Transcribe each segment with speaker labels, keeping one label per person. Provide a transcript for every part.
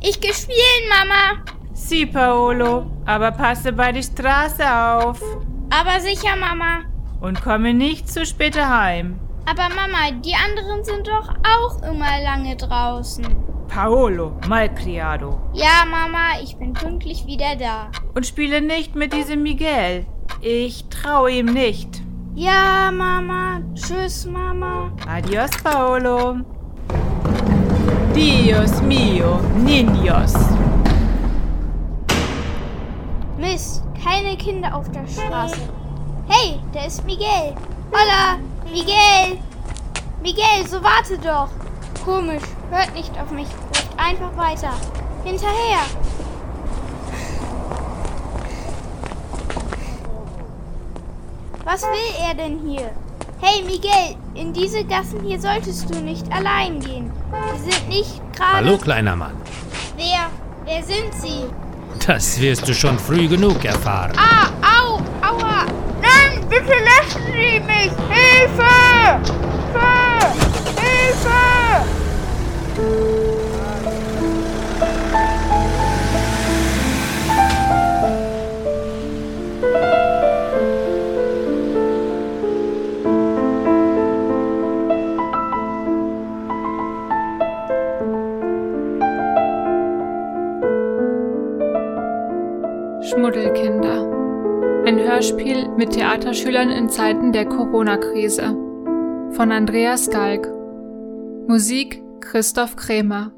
Speaker 1: Ich geh spielen, Mama.
Speaker 2: Si, Paolo, aber passe bei der Straße auf
Speaker 1: Aber sicher, Mama.
Speaker 2: und komme nicht zu spät heim.
Speaker 1: Aber Mama, die anderen sind doch auch immer lange draußen.
Speaker 2: Paolo, malcriado.
Speaker 1: Ja, Mama, ich bin pünktlich wieder da.
Speaker 2: Und spiele nicht mit diesem Miguel. Ich traue ihm nicht.
Speaker 1: Ja, Mama. Tschüss, Mama.
Speaker 2: Adios, Paolo. Dios mio, niños.
Speaker 1: Mist, keine Kinder auf der Straße. Hey, da ist Miguel. Hola, Miguel. Miguel, so warte doch. Komisch, hört nicht auf mich. Ruft einfach weiter. Hinterher. Was will er denn hier? Hey Miguel, in diese Gassen hier solltest du nicht allein gehen. Die sind nicht gerade.
Speaker 3: Hallo, kleiner Mann.
Speaker 1: Wer? Wer sind sie?
Speaker 3: Das wirst du schon früh genug erfahren.
Speaker 1: Ah, au, aua. Nein, bitte lassen Sie mich. Hilfe! Hilfe! Hilfe!
Speaker 4: Schmuddelkinder. Ein Hörspiel mit Theaterschülern in Zeiten der Corona-Krise. Von Andreas Galg. Musik Christoph Krämer.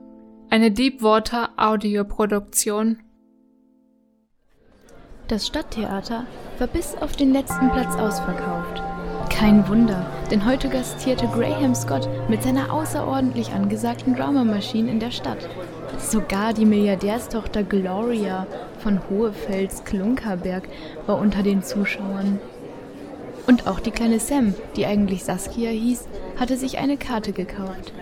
Speaker 4: Eine Deepwater Audioproduktion.
Speaker 5: Das Stadttheater war bis auf den letzten Platz ausverkauft. Kein Wunder, denn heute gastierte Graham Scott mit seiner außerordentlich angesagten Dramamaschine in der Stadt. Sogar die Milliardärstochter Gloria von Hohefels-Klunkerberg war unter den Zuschauern. Und auch die kleine Sam, die eigentlich Saskia hieß, hatte sich eine Karte gekauft.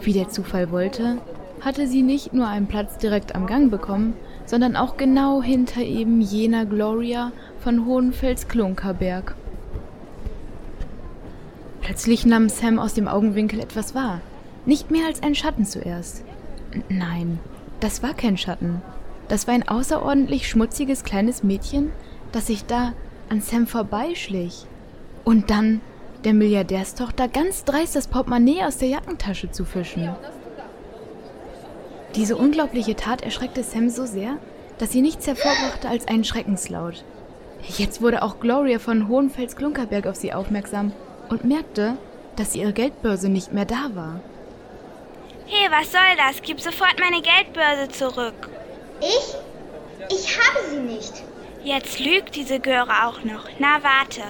Speaker 5: Wie der Zufall wollte, hatte sie nicht nur einen Platz direkt am Gang bekommen, sondern auch genau hinter eben jener Gloria von Hohenfels-Klunkerberg. Plötzlich nahm Sam aus dem Augenwinkel etwas wahr. Nicht mehr als ein Schatten zuerst. N- Nein, das war kein Schatten. Das war ein außerordentlich schmutziges kleines Mädchen, das sich da an Sam vorbeischlich. Und dann der Milliardärstochter ganz dreist das Portemonnaie aus der Jackentasche zu fischen. Diese unglaubliche Tat erschreckte Sam so sehr, dass sie nichts hervorbrachte als einen Schreckenslaut. Jetzt wurde auch Gloria von Hohenfels-Klunkerberg auf sie aufmerksam und merkte, dass ihre Geldbörse nicht mehr da war.
Speaker 6: Hey, was soll das? Gib sofort meine Geldbörse zurück.
Speaker 7: Ich? Ich habe sie nicht.
Speaker 6: Jetzt lügt diese Göre auch noch. Na, warte.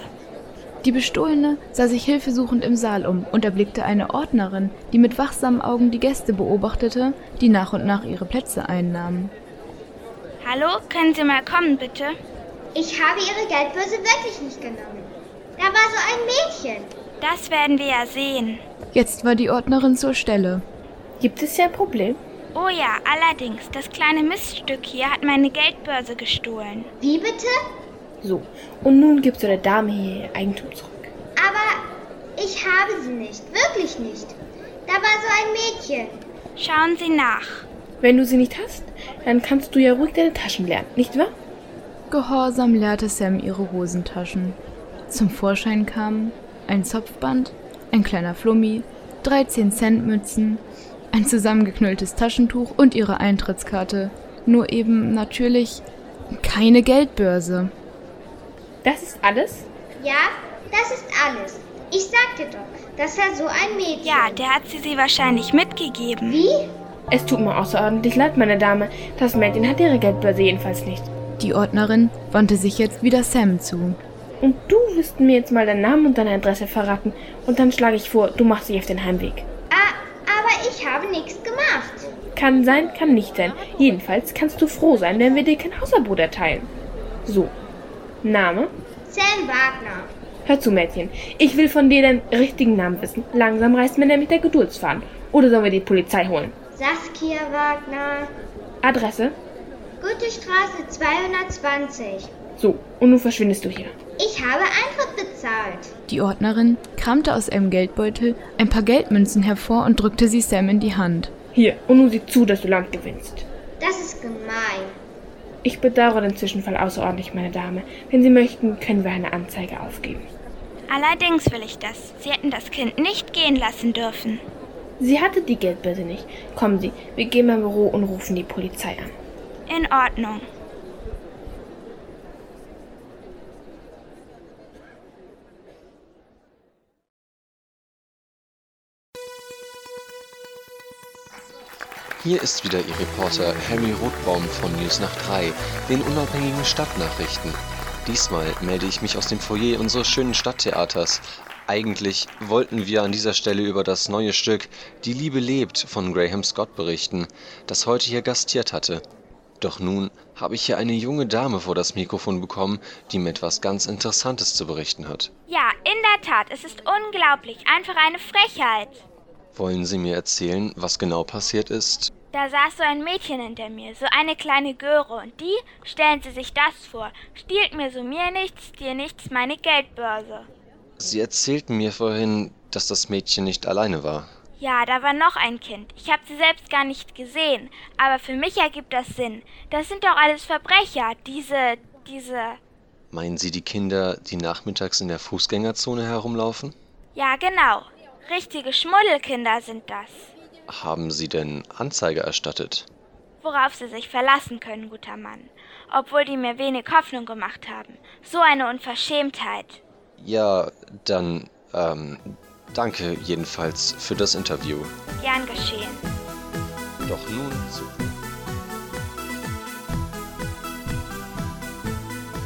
Speaker 5: Die Bestohlene sah sich hilfesuchend im Saal um und erblickte eine Ordnerin, die mit wachsamen Augen die Gäste beobachtete, die nach und nach ihre Plätze einnahmen.
Speaker 6: Hallo, können Sie mal kommen, bitte?
Speaker 7: Ich habe ihre Geldbörse wirklich nicht genommen. Da war so ein Mädchen.
Speaker 6: Das werden wir ja sehen.
Speaker 5: Jetzt war die Ordnerin zur Stelle.
Speaker 8: Gibt es ja ein Problem?
Speaker 6: Oh ja, allerdings, das kleine Miststück hier hat meine Geldbörse gestohlen.
Speaker 7: Wie bitte?
Speaker 8: So. Und nun gibt der Dame hier ihr Eigentum zurück.
Speaker 7: Aber ich habe sie nicht. Wirklich nicht. Da war so ein Mädchen.
Speaker 6: Schauen Sie nach.
Speaker 8: Wenn du sie nicht hast, dann kannst du ja ruhig deine Taschen leeren, nicht wahr?
Speaker 5: Gehorsam leerte Sam ihre Hosentaschen. Zum Vorschein kamen ein Zopfband, ein kleiner Flummi, 13 Cent Mützen, ein zusammengeknülltes Taschentuch und ihre Eintrittskarte. Nur eben natürlich keine Geldbörse.
Speaker 8: Das ist alles?
Speaker 7: Ja, das ist alles. Ich sagte doch, das war so ein Mädchen.
Speaker 6: Ja, der hat sie sie wahrscheinlich mitgegeben.
Speaker 7: Wie?
Speaker 8: Es tut mir außerordentlich leid, meine Dame. Das Mädchen hat ihre Geldbörse jedenfalls nicht.
Speaker 5: Die Ordnerin wandte sich jetzt wieder Sam zu.
Speaker 8: Und du wirst mir jetzt mal deinen Namen und deine Adresse verraten. Und dann schlage ich vor, du machst dich auf den Heimweg.
Speaker 7: Ah, aber ich habe nichts gemacht.
Speaker 8: Kann sein, kann nicht sein. Jedenfalls kannst du froh sein, wenn wir dir kein Hausverbot erteilen. So. Name?
Speaker 7: Sam Wagner.
Speaker 8: Hör zu, Mädchen. Ich will von dir deinen richtigen Namen wissen. Langsam reißt mir nämlich der Geduldsfaden. Oder sollen wir die Polizei holen?
Speaker 7: Saskia Wagner.
Speaker 8: Adresse?
Speaker 7: Gute Straße 220.
Speaker 8: So. Und nun verschwindest du hier.
Speaker 7: Ich habe Eintritt bezahlt.
Speaker 5: Die Ordnerin kramte aus einem Geldbeutel ein paar Geldmünzen hervor und drückte sie Sam in die Hand.
Speaker 8: Hier. Und nun sieh zu, dass du Land gewinnst.
Speaker 7: Das ist gemein.
Speaker 8: Ich bedauere den Zwischenfall außerordentlich, meine Dame. Wenn Sie möchten, können wir eine Anzeige aufgeben.
Speaker 1: Allerdings will ich das. Sie hätten das Kind nicht gehen lassen dürfen.
Speaker 8: Sie hatte die Geldbörse nicht. Kommen Sie, wir gehen beim Büro und rufen die Polizei an.
Speaker 1: In Ordnung.
Speaker 9: Hier ist wieder Ihr Reporter Harry Rotbaum von News nach 3, den unabhängigen Stadtnachrichten. Diesmal melde ich mich aus dem Foyer unseres schönen Stadttheaters. Eigentlich wollten wir an dieser Stelle über das neue Stück Die Liebe lebt von Graham Scott berichten, das heute hier gastiert hatte. Doch nun habe ich hier eine junge Dame vor das Mikrofon bekommen, die mir etwas ganz Interessantes zu berichten hat.
Speaker 1: Ja, in der Tat, es ist unglaublich. Einfach eine Frechheit.
Speaker 9: Wollen Sie mir erzählen, was genau passiert ist?
Speaker 1: Da saß so ein Mädchen hinter mir, so eine kleine Göre, und die, stellen Sie sich das vor, stiehlt mir so mir nichts, dir nichts, meine Geldbörse.
Speaker 9: Sie erzählten mir vorhin, dass das Mädchen nicht alleine war.
Speaker 1: Ja, da war noch ein Kind. Ich habe sie selbst gar nicht gesehen, aber für mich ergibt das Sinn. Das sind doch alles Verbrecher, diese, diese.
Speaker 9: Meinen Sie die Kinder, die nachmittags in der Fußgängerzone herumlaufen?
Speaker 1: Ja, genau. Richtige Schmuddelkinder sind das.
Speaker 9: Haben Sie denn Anzeige erstattet?
Speaker 1: Worauf sie sich verlassen können, guter Mann. Obwohl die mir wenig Hoffnung gemacht haben. So eine Unverschämtheit.
Speaker 9: Ja, dann, ähm, danke jedenfalls für das Interview.
Speaker 1: Gern geschehen.
Speaker 9: Doch nun zu.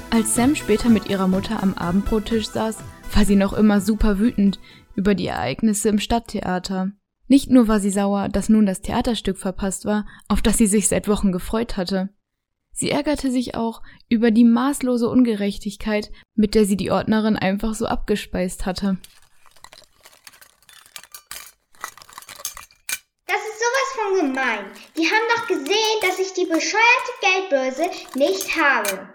Speaker 5: Als Sam später mit ihrer Mutter am Abendbrottisch saß, war sie noch immer super wütend über die Ereignisse im Stadttheater. Nicht nur war sie sauer, dass nun das Theaterstück verpasst war, auf das sie sich seit Wochen gefreut hatte. Sie ärgerte sich auch über die maßlose Ungerechtigkeit, mit der sie die Ordnerin einfach so abgespeist hatte.
Speaker 7: Das ist sowas von gemein. Die haben doch gesehen, dass ich die bescheuerte Geldbörse nicht habe.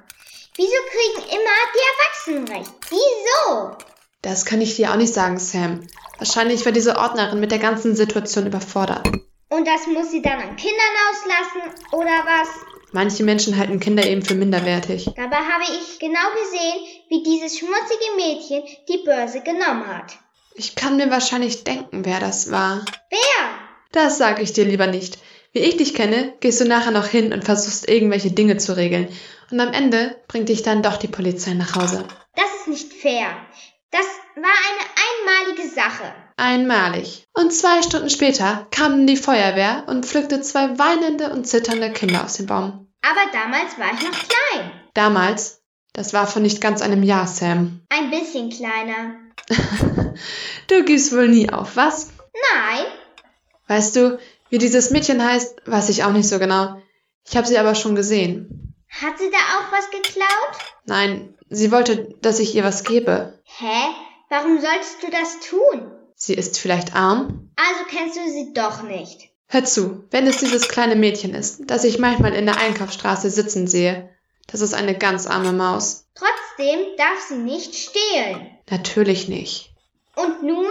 Speaker 7: Wieso kriegen immer die Erwachsenen recht? Wieso?
Speaker 10: Das kann ich dir auch nicht sagen, Sam. Wahrscheinlich war diese Ordnerin mit der ganzen Situation überfordert.
Speaker 7: Und das muss sie dann an Kindern auslassen oder was?
Speaker 10: Manche Menschen halten Kinder eben für minderwertig.
Speaker 7: Dabei habe ich genau gesehen, wie dieses schmutzige Mädchen die Börse genommen hat.
Speaker 10: Ich kann mir wahrscheinlich denken, wer das war.
Speaker 7: Wer?
Speaker 10: Das sage ich dir lieber nicht. Wie ich dich kenne, gehst du nachher noch hin und versuchst irgendwelche Dinge zu regeln. Und am Ende bringt dich dann doch die Polizei nach Hause.
Speaker 7: Das ist nicht fair. Das war eine einmalige Sache.
Speaker 10: Einmalig. Und zwei Stunden später kam dann die Feuerwehr und pflückte zwei weinende und zitternde Kinder aus dem Baum.
Speaker 7: Aber damals war ich noch klein.
Speaker 10: Damals, das war vor nicht ganz einem Jahr, Sam.
Speaker 7: Ein bisschen kleiner.
Speaker 10: Du gibst wohl nie auf, was?
Speaker 7: Nein,
Speaker 10: Weißt du, wie dieses Mädchen heißt, weiß ich auch nicht so genau. Ich habe sie aber schon gesehen.
Speaker 7: hat sie da auch was geklaut?
Speaker 10: Nein, sie wollte, dass ich ihr was gebe.
Speaker 7: Hä? Warum solltest du das tun?
Speaker 10: Sie ist vielleicht arm?
Speaker 7: Also kennst du sie doch nicht.
Speaker 10: Hör zu, wenn es dieses kleine Mädchen ist, das ich manchmal in der Einkaufsstraße sitzen sehe, das ist eine ganz arme Maus.
Speaker 7: Trotzdem darf sie nicht stehlen.
Speaker 10: Natürlich nicht.
Speaker 7: Und nun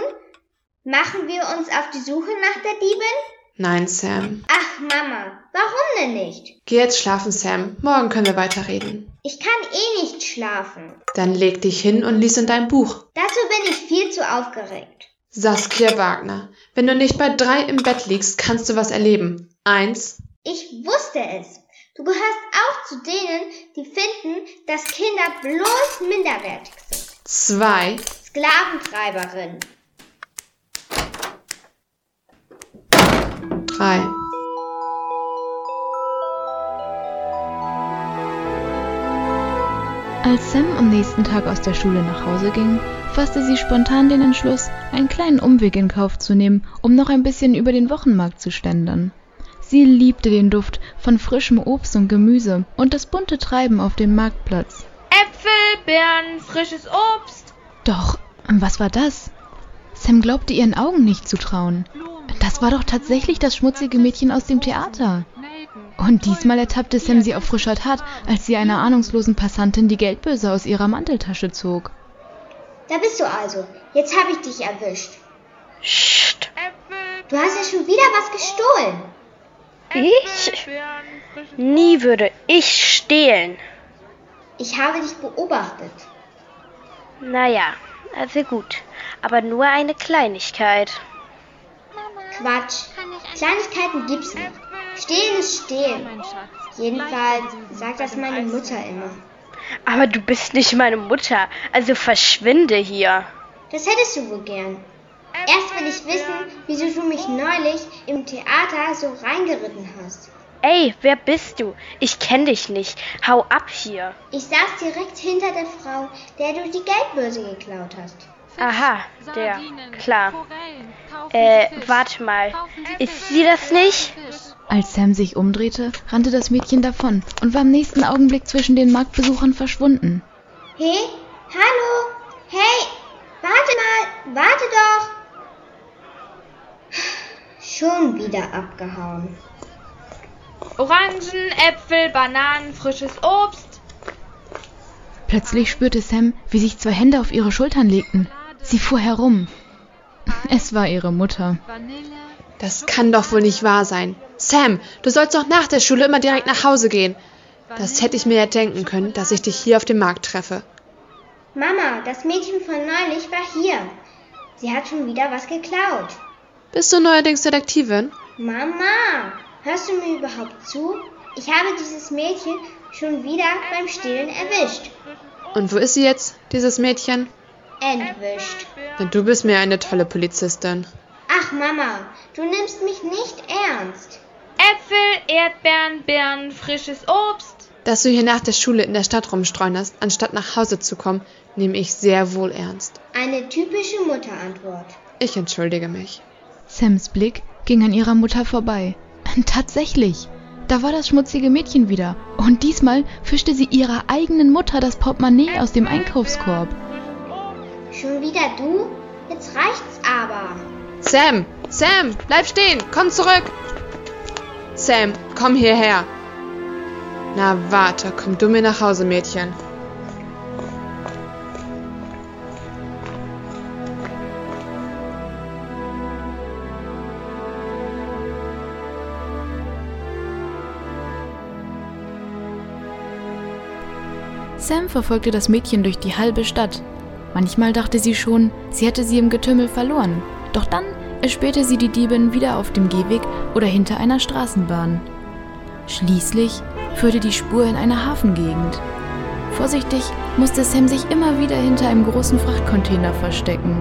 Speaker 7: machen wir uns auf die Suche nach der Diebin?
Speaker 10: Nein, Sam.
Speaker 7: Ach Mama, warum denn nicht?
Speaker 10: Geh jetzt schlafen, Sam. Morgen können wir weiterreden.
Speaker 7: Ich kann eh nicht schlafen.
Speaker 10: Dann leg dich hin und lies in dein Buch.
Speaker 7: Dazu bin ich viel zu aufgeregt.
Speaker 10: Saskia Wagner. Wenn du nicht bei drei im Bett liegst, kannst du was erleben. Eins,
Speaker 7: Ich wusste es. Du gehörst auch zu denen, die finden, dass Kinder bloß minderwertig sind.
Speaker 10: zwei,
Speaker 7: Sklaventreiberin.
Speaker 10: drei.
Speaker 5: Als Sam am nächsten Tag aus der Schule nach Hause ging, fasste sie spontan den Entschluss, einen kleinen Umweg in Kauf zu nehmen, um noch ein bisschen über den Wochenmarkt zu ständern. Sie liebte den Duft von frischem Obst und Gemüse und das bunte Treiben auf dem Marktplatz.
Speaker 11: Äpfel, Beeren, frisches Obst.
Speaker 5: Doch, was war das? Sam glaubte ihren Augen nicht zu trauen. Das war doch tatsächlich das schmutzige Mädchen aus dem Theater. Und diesmal ertappte Sam sie auf frischer Tat, als sie einer ahnungslosen Passantin die Geldbörse aus ihrer Manteltasche zog.
Speaker 7: Da bist du also. Jetzt habe ich dich erwischt.
Speaker 11: Äpfel,
Speaker 7: Du hast ja schon wieder was gestohlen.
Speaker 1: Ich? Nie würde ich stehlen.
Speaker 7: Ich habe dich beobachtet.
Speaker 1: Naja, also gut. Aber nur eine Kleinigkeit.
Speaker 7: Quatsch. Kleinigkeiten gibt's nicht. Stehlen ist stehlen. Jedenfalls sagt das meine Mutter immer.
Speaker 1: Aber du bist nicht meine Mutter, also verschwinde hier.
Speaker 7: Das hättest du wohl gern. Erst will ich wissen, wieso du mich neulich im Theater so reingeritten hast.
Speaker 1: Ey, wer bist du? Ich kenne dich nicht. Hau ab hier.
Speaker 7: Ich saß direkt hinter der Frau, der du die Geldbörse geklaut hast.
Speaker 1: Aha, der. Klar. Äh, warte mal. Ist sie das nicht?
Speaker 5: Als Sam sich umdrehte, rannte das Mädchen davon und war im nächsten Augenblick zwischen den Marktbesuchern verschwunden.
Speaker 7: Hey, hallo, hey, warte mal, warte doch. Schon wieder abgehauen.
Speaker 12: Orangen, Äpfel, Bananen, frisches Obst.
Speaker 5: Plötzlich spürte Sam, wie sich zwei Hände auf ihre Schultern legten. Sie fuhr herum. Es war ihre Mutter.
Speaker 10: Das kann doch wohl nicht wahr sein. Sam, du sollst doch nach der Schule immer direkt nach Hause gehen. Das hätte ich mir ja denken können, dass ich dich hier auf dem Markt treffe.
Speaker 7: Mama, das Mädchen von neulich war hier. Sie hat schon wieder was geklaut.
Speaker 10: Bist du neuerdings Detektivin?
Speaker 7: Mama, hörst du mir überhaupt zu? Ich habe dieses Mädchen schon wieder beim Stehlen erwischt.
Speaker 10: Und wo ist sie jetzt, dieses Mädchen?
Speaker 7: Entwischt.
Speaker 10: Denn du bist mir eine tolle Polizistin.
Speaker 7: Ach Mama, du nimmst mich nicht ernst.
Speaker 12: Äpfel, Erdbeeren, Birnen, frisches Obst.
Speaker 10: Dass du hier nach der Schule in der Stadt rumstreunerst, anstatt nach Hause zu kommen, nehme ich sehr wohl ernst.
Speaker 7: Eine typische Mutterantwort.
Speaker 10: Ich entschuldige mich.
Speaker 5: Sams Blick ging an ihrer Mutter vorbei. Tatsächlich. Da war das schmutzige Mädchen wieder. Und diesmal fischte sie ihrer eigenen Mutter das Portemonnaie aus dem Einkaufskorb.
Speaker 7: Schon wieder du? Jetzt reicht's aber.
Speaker 10: Sam, Sam, bleib stehen, komm zurück. Sam, komm hierher. Na warte, komm du mir nach Hause, Mädchen.
Speaker 5: Sam verfolgte das Mädchen durch die halbe Stadt. Manchmal dachte sie schon, sie hätte sie im Getümmel verloren. Doch dann erspähte sie die Diebin wieder auf dem Gehweg oder hinter einer Straßenbahn. Schließlich führte die Spur in eine Hafengegend. Vorsichtig musste Sam sich immer wieder hinter einem großen Frachtcontainer verstecken.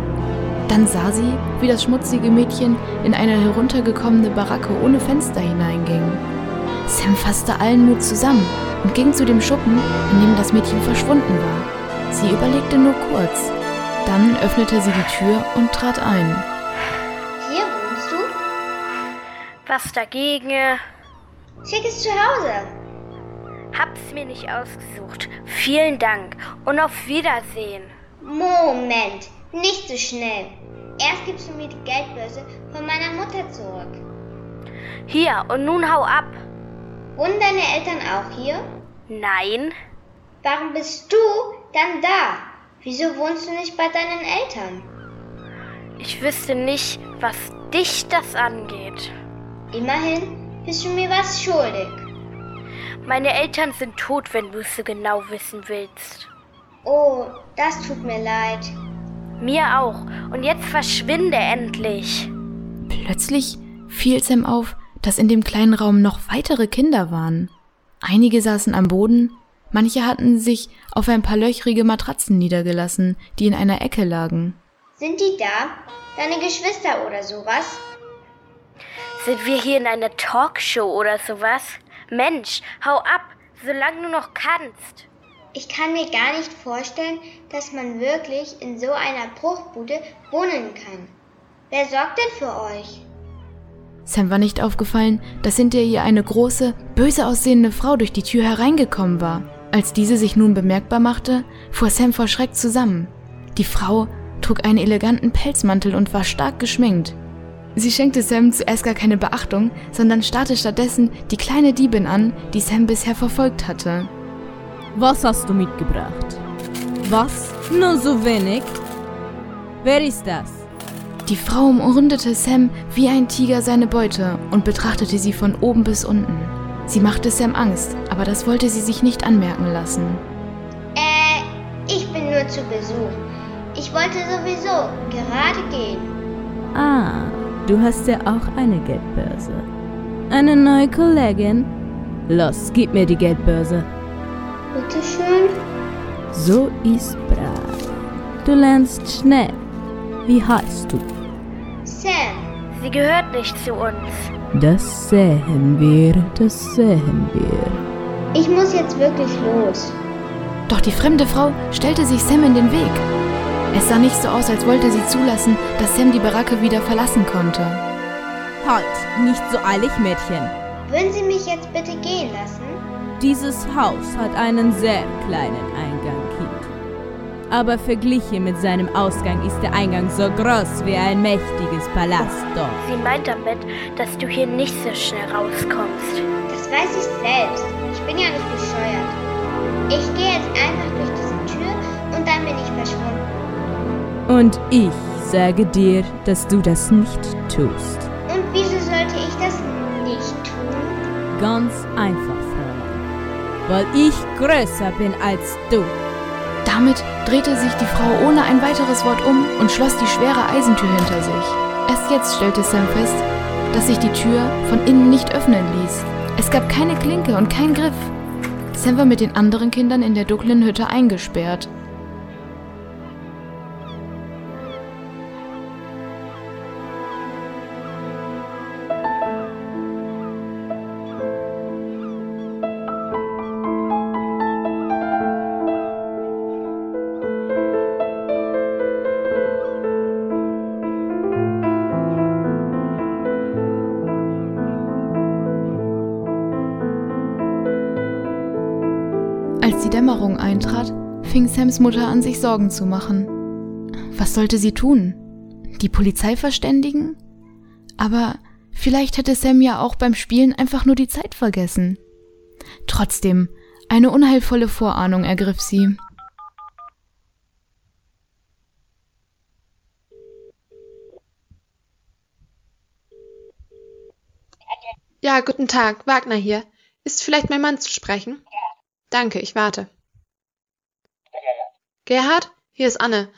Speaker 5: Dann sah sie, wie das schmutzige Mädchen in eine heruntergekommene Baracke ohne Fenster hineinging. Sam fasste allen Mut zusammen und ging zu dem Schuppen, in dem das Mädchen verschwunden war. Sie überlegte nur kurz. Dann öffnete sie die Tür und trat ein.
Speaker 7: Hier wohnst du?
Speaker 1: Was dagegen?
Speaker 7: Schickes Zuhause.
Speaker 1: Hab's mir nicht ausgesucht. Vielen Dank und auf Wiedersehen.
Speaker 7: Moment, nicht so schnell. Erst gibst du mir die Geldbörse von meiner Mutter zurück.
Speaker 1: Hier, und nun hau ab.
Speaker 7: Wohnen deine Eltern auch hier?
Speaker 1: Nein,
Speaker 7: Warum bist du dann da? Wieso wohnst du nicht bei deinen Eltern?
Speaker 1: ich wüsste nicht, was dich das angeht.
Speaker 7: Immerhin bist du mir was schuldig.
Speaker 1: Meine Eltern sind tot, wenn du es so genau wissen willst.
Speaker 7: Oh, das tut mir leid.
Speaker 1: Mir auch. Und jetzt verschwinde endlich.
Speaker 5: Plötzlich fiel Sam auf, dass in dem kleinen Raum noch weitere Kinder waren. Einige saßen am Boden, manche hatten sich auf ein paar löchrige Matratzen niedergelassen, die in einer Ecke lagen.
Speaker 7: Sind die da? Deine Geschwister oder sowas?
Speaker 1: Sind wir hier in einer Talkshow oder sowas? Mensch, hau ab, solange du noch kannst.
Speaker 7: Ich kann mir gar nicht vorstellen, dass man wirklich in so einer Bruchbude wohnen kann. Wer sorgt denn für euch?
Speaker 5: Sam war nicht aufgefallen, dass hinter ihr eine große, böse aussehende Frau durch die Tür hereingekommen war. Als diese sich nun bemerkbar machte, fuhr Sam vor Schreck zusammen. Die Frau trug einen eleganten Pelzmantel und war stark geschminkt. Sie schenkte Sam zuerst gar keine Beachtung, sondern starrte stattdessen die kleine Diebin an, die Sam bisher verfolgt hatte.
Speaker 4: Was hast du mitgebracht? Was? Nur so wenig? Wer ist das?
Speaker 5: Die Frau umrundete Sam wie ein Tiger seine Beute und betrachtete sie von oben bis unten. Sie machte Sam Angst, aber das wollte sie sich nicht anmerken lassen.
Speaker 7: Äh, ich bin nur zu Besuch. Ich wollte sowieso gerade gehen.
Speaker 13: Ah, du hast ja auch eine Geldbörse. Eine neue Kollegin? Los, gib mir die Geldbörse.
Speaker 7: Bitte schön.
Speaker 13: So ist brav. Du lernst schnell. Wie heißt du?
Speaker 7: Sam.
Speaker 1: Sie gehört nicht zu uns.
Speaker 13: Das sehen wir, das sehen wir.
Speaker 7: Ich muss jetzt wirklich los.
Speaker 5: Doch die fremde Frau stellte sich Sam in den Weg. Es sah nicht so aus, als wollte sie zulassen, dass Sam die Baracke wieder verlassen konnte.
Speaker 14: Halt, nicht so eilig, Mädchen.
Speaker 7: Würden Sie mich jetzt bitte gehen lassen?
Speaker 13: Dieses Haus hat einen sehr kleinen Eingang, Kind. Aber verglichen mit seinem Ausgang ist der Eingang so groß wie ein mächtiges Palastdorf.
Speaker 1: Sie meint damit, dass du hier nicht so schnell rauskommst.
Speaker 7: Das weiß ich selbst. Ich bin ja nicht bescheuert. Ich gehe jetzt einfach durch diese Tür und dann bin ich verschwunden.
Speaker 13: Und ich sage dir, dass du das nicht tust.
Speaker 7: Und wieso sollte ich das nicht tun?
Speaker 13: Ganz einfach, Fräulein. Weil ich größer bin als du.
Speaker 5: Damit drehte sich die Frau ohne ein weiteres Wort um und schloss die schwere Eisentür hinter sich. Erst jetzt stellte Sam fest, dass sich die Tür von innen nicht öffnen ließ. Es gab keine Klinke und keinen Griff. Sam war mit den anderen Kindern in der dunklen Hütte eingesperrt. Als die Dämmerung eintrat, fing Sams Mutter an, sich Sorgen zu machen. Was sollte sie tun? Die Polizei verständigen? Aber vielleicht hatte Sam ja auch beim Spielen einfach nur die Zeit vergessen. Trotzdem, eine unheilvolle Vorahnung ergriff sie.
Speaker 10: Ja, guten Tag, Wagner hier. Ist vielleicht mein Mann zu sprechen? Danke, ich warte. Gerhard, hier ist Anne.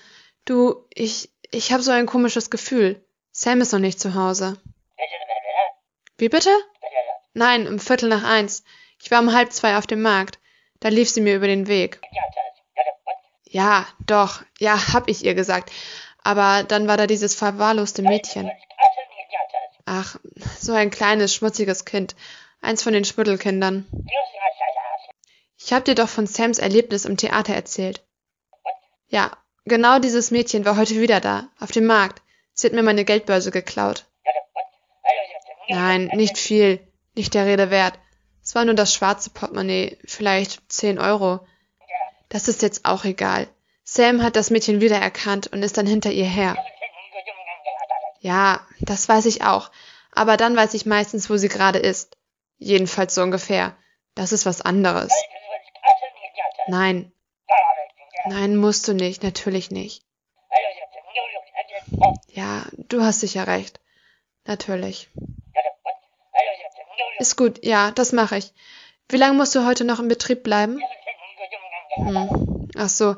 Speaker 10: Du, ich, ich habe so ein komisches Gefühl. Sam ist noch nicht zu Hause. Wie bitte? Nein, um Viertel nach eins. Ich war um halb zwei auf dem Markt. Da lief sie mir über den Weg. Ja, doch. Ja, hab ich ihr gesagt. Aber dann war da dieses verwahrloste Mädchen. Ach, so ein kleines, schmutziges Kind. Eins von den Schmuddelkindern. Ich hab dir doch von Sams Erlebnis im Theater erzählt. Ja, genau dieses Mädchen war heute wieder da, auf dem Markt. Sie hat mir meine Geldbörse geklaut. Nein, nicht viel. Nicht der Rede wert. Es war nur das schwarze Portemonnaie, vielleicht 10 Euro. Das ist jetzt auch egal. Sam hat das Mädchen wiedererkannt und ist dann hinter ihr her. Ja, das weiß ich auch. Aber dann weiß ich meistens, wo sie gerade ist. Jedenfalls so ungefähr. Das ist was anderes. Nein. Nein, musst du nicht, natürlich nicht. Ja, du hast sicher recht. Natürlich. Ist gut, ja, das mache ich. Wie lange musst du heute noch im Betrieb bleiben? Hm. Ach so.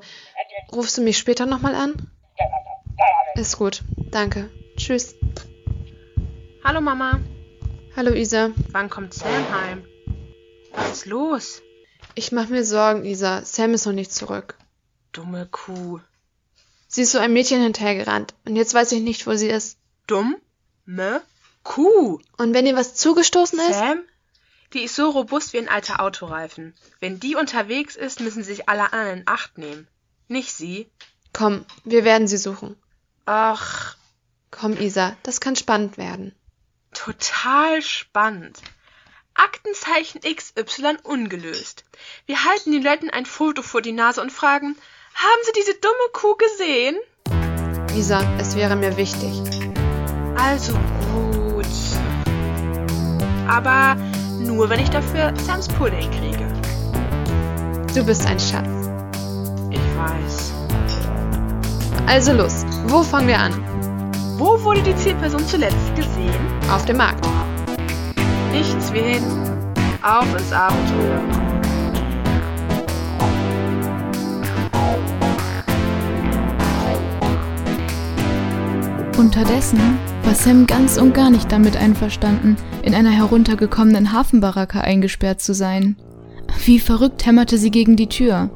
Speaker 10: Rufst du mich später nochmal an? Ist gut, danke. Tschüss.
Speaker 8: Hallo Mama,
Speaker 10: Hallo Isa.
Speaker 8: wann kommt Sam heim? Was ist los?
Speaker 10: Ich mache mir Sorgen, Isa. Sam ist noch nicht zurück.
Speaker 8: Dumme Kuh.
Speaker 10: Sie ist so einem Mädchen hinterhergerannt und jetzt weiß ich nicht, wo sie ist.
Speaker 8: Dumm? Me? Kuh.
Speaker 10: Und wenn ihr was zugestoßen ist?
Speaker 8: Sam? Die ist so robust wie ein alter Autoreifen. Wenn die unterwegs ist, müssen sich alle anderen in Acht nehmen. Nicht sie.
Speaker 10: Komm, wir werden sie suchen.
Speaker 8: Ach,
Speaker 10: Komm, Isa, das kann spannend werden.
Speaker 8: total spannend. Aktenzeichen XY ungelöst. Wir halten den Leuten ein Foto vor die Nase und fragen, haben sie diese dumme Kuh gesehen?
Speaker 10: Isa, es wäre mir wichtig.
Speaker 8: Also gut. Aber nur wenn ich dafür Sams Pudding kriege.
Speaker 10: Du bist ein Schatz.
Speaker 8: Ich weiß.
Speaker 10: Also los, wo fangen wir an?
Speaker 15: Wo wurde die Zielperson zuletzt gesehen?
Speaker 10: Auf dem Markt.
Speaker 15: Nichts wie hin. Auf ins Abenteuer.
Speaker 5: Unterdessen war Sam ganz und gar nicht damit einverstanden, in einer heruntergekommenen Hafenbaracke eingesperrt zu sein. Wie verrückt hämmerte sie gegen die Tür.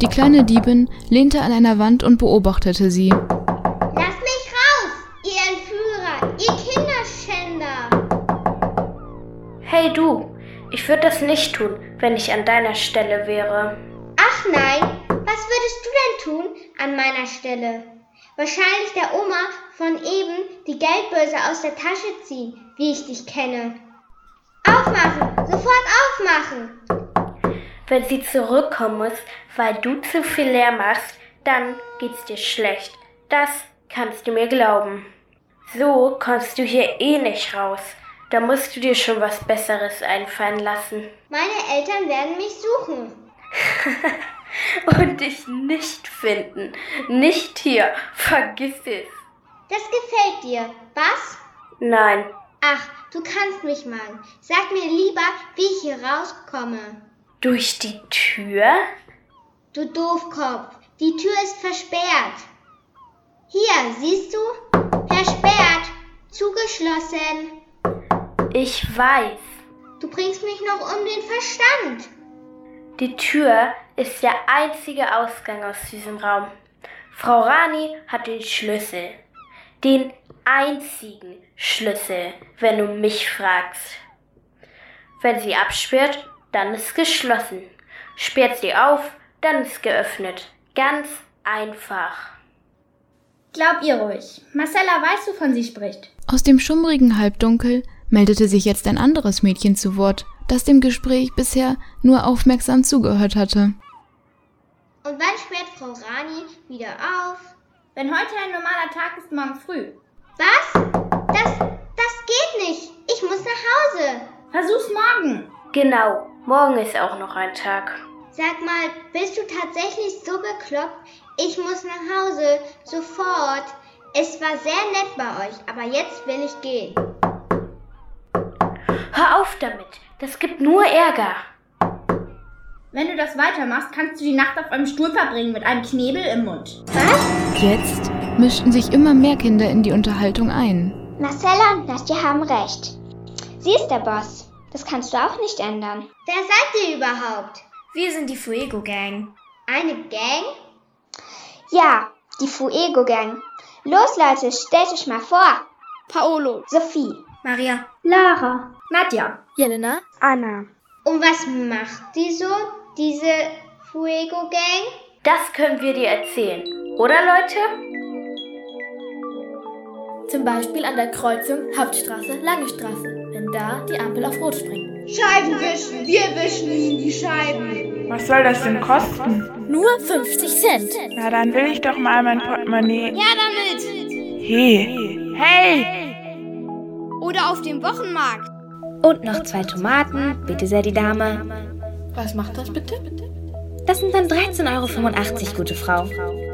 Speaker 5: Die kleine Diebin lehnte an einer Wand und beobachtete sie.
Speaker 7: Lasst mich raus, ihr Entführer, ihr Kinderschänder.
Speaker 1: Hey du, ich würde das nicht tun, wenn ich an deiner Stelle wäre.
Speaker 7: Ach nein, was würdest du denn tun an meiner Stelle? Wahrscheinlich der Oma von eben die Geldbörse aus der Tasche ziehen, wie ich dich kenne. Aufmachen, sofort aufmachen.
Speaker 1: Wenn sie zurückkommen muss, weil du zu viel Lärm machst, dann geht's dir schlecht. Das kannst du mir glauben. So kommst du hier eh nicht raus. Da musst du dir schon was Besseres einfallen lassen.
Speaker 7: Meine Eltern werden mich suchen.
Speaker 1: Und dich nicht finden. Nicht hier. Vergiss es.
Speaker 7: Das gefällt dir, was?
Speaker 1: Nein.
Speaker 7: Ach, du kannst mich mal. Sag mir lieber, wie ich hier rauskomme.
Speaker 1: Durch die Tür?
Speaker 7: Du Doofkopf, die Tür ist versperrt. Hier, siehst du? Versperrt, zugeschlossen.
Speaker 1: Ich weiß.
Speaker 7: Du bringst mich noch um den Verstand.
Speaker 1: Die Tür ist der einzige Ausgang aus diesem Raum. Frau Rani hat den Schlüssel. Den einzigen Schlüssel, wenn du mich fragst. Wenn sie absperrt, dann ist geschlossen. Sperrt sie auf, dann ist geöffnet. Ganz einfach.
Speaker 16: Glaub ihr ruhig. Marcella weiß, wovon sie spricht.
Speaker 5: Aus dem schummrigen Halbdunkel meldete sich jetzt ein anderes Mädchen zu Wort, das dem Gespräch bisher nur aufmerksam zugehört hatte.
Speaker 7: Und wann sperrt Frau Rani wieder auf?
Speaker 16: Wenn heute ein normaler Tag ist, morgen früh.
Speaker 7: Was? Das, das geht nicht. Ich muss nach Hause.
Speaker 16: Versuch's morgen.
Speaker 1: Genau, morgen ist auch noch ein Tag.
Speaker 7: Sag mal, bist du tatsächlich so bekloppt? Ich muss nach Hause. Sofort. Es war sehr nett bei euch, aber jetzt will ich gehen.
Speaker 1: Hör auf damit. Das gibt nur Ärger.
Speaker 16: Wenn du das weitermachst, kannst du die Nacht auf einem Stuhl verbringen mit einem Knebel im Mund.
Speaker 5: Jetzt mischten sich immer mehr Kinder in die Unterhaltung ein.
Speaker 7: Marcella und Nastja haben recht. Sie ist der Boss. Das kannst du auch nicht ändern. Wer seid ihr überhaupt?
Speaker 17: Wir sind die Fuego Gang.
Speaker 7: Eine Gang? Ja, die Fuego Gang. Los Leute, stellt euch mal vor.
Speaker 17: Paolo.
Speaker 7: Sophie.
Speaker 17: Maria.
Speaker 16: Lara. Nadja.
Speaker 17: Jelena.
Speaker 7: Anna. Und was macht die so, diese Fuego Gang?
Speaker 1: Das können wir dir erzählen, oder Leute?
Speaker 17: Zum Beispiel an der Kreuzung Hauptstraße, Lange Straße, wenn da die Ampel auf Rot springt.
Speaker 18: Scheiben wischen, wir wischen ihnen die Scheiben.
Speaker 19: Was soll das denn kosten?
Speaker 17: Nur 50 Cent.
Speaker 19: Na, dann will ich doch mal mein Portemonnaie.
Speaker 18: Ja, damit!
Speaker 19: Hey. Hey!
Speaker 18: Oder auf dem Wochenmarkt.
Speaker 17: Und noch zwei Tomaten, bitte sehr die Dame.
Speaker 20: Was macht das bitte?
Speaker 17: Das sind dann 13,85 Euro, gute Frau.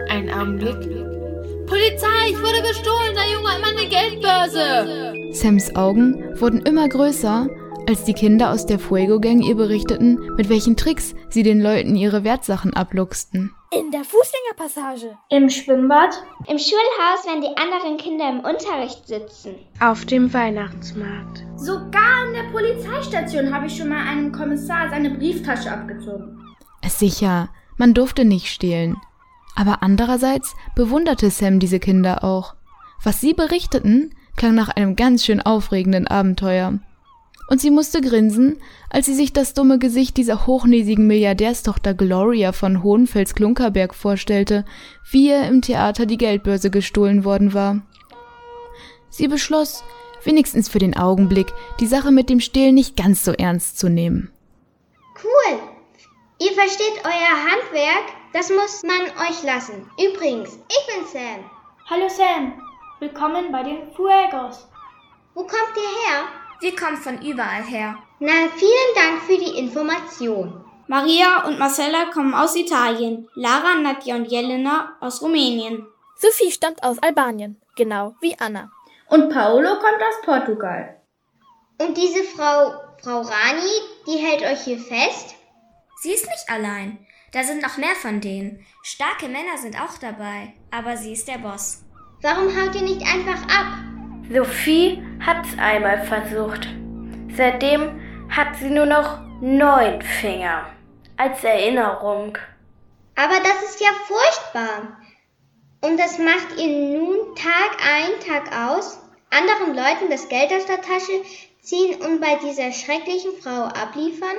Speaker 20: Ein Augenblick.
Speaker 18: Polizei, ich wurde bestohlen, der Junge hat meine Geldbörse.
Speaker 5: Sams Augen wurden immer größer, als die Kinder aus der Fuego Gang ihr berichteten, mit welchen Tricks sie den Leuten ihre Wertsachen abluchsten.
Speaker 17: In der Fußgängerpassage.
Speaker 7: Im Schwimmbad? Im Schulhaus, wenn die anderen Kinder im Unterricht sitzen.
Speaker 3: Auf dem Weihnachtsmarkt.
Speaker 16: Sogar an der Polizeistation habe ich schon mal einem Kommissar seine Brieftasche abgezogen.
Speaker 5: Sicher, man durfte nicht stehlen. Aber andererseits bewunderte Sam diese Kinder auch. Was sie berichteten, klang nach einem ganz schön aufregenden Abenteuer. Und sie musste grinsen, als sie sich das dumme Gesicht dieser hochnäsigen Milliardärstochter Gloria von Hohenfels-Klunkerberg vorstellte, wie ihr im Theater die Geldbörse gestohlen worden war. Sie beschloss, wenigstens für den Augenblick, die Sache mit dem Stehlen nicht ganz so ernst zu nehmen.
Speaker 7: Cool. Ihr versteht euer Handwerk? Das muss man euch lassen. Übrigens, ich bin Sam.
Speaker 21: Hallo Sam. Willkommen bei den Fuegos.
Speaker 7: Wo kommt ihr her?
Speaker 21: Wir kommen von überall her.
Speaker 7: Na, vielen Dank für die Information.
Speaker 16: Maria und Marcella kommen aus Italien. Lara, Nadja und Jelena aus Rumänien.
Speaker 17: Sophie stammt aus Albanien. Genau wie Anna.
Speaker 16: Und Paolo kommt aus Portugal.
Speaker 7: Und diese Frau, Frau Rani, die hält euch hier fest?
Speaker 2: Sie ist nicht allein. Da sind noch mehr von denen. Starke Männer sind auch dabei. Aber sie ist der Boss.
Speaker 7: Warum haut ihr nicht einfach ab?
Speaker 1: Sophie hat's einmal versucht. Seitdem hat sie nur noch neun Finger. Als Erinnerung.
Speaker 7: Aber das ist ja furchtbar. Und das macht ihr nun Tag ein, Tag aus, anderen Leuten das Geld aus der Tasche ziehen und bei dieser schrecklichen Frau abliefern?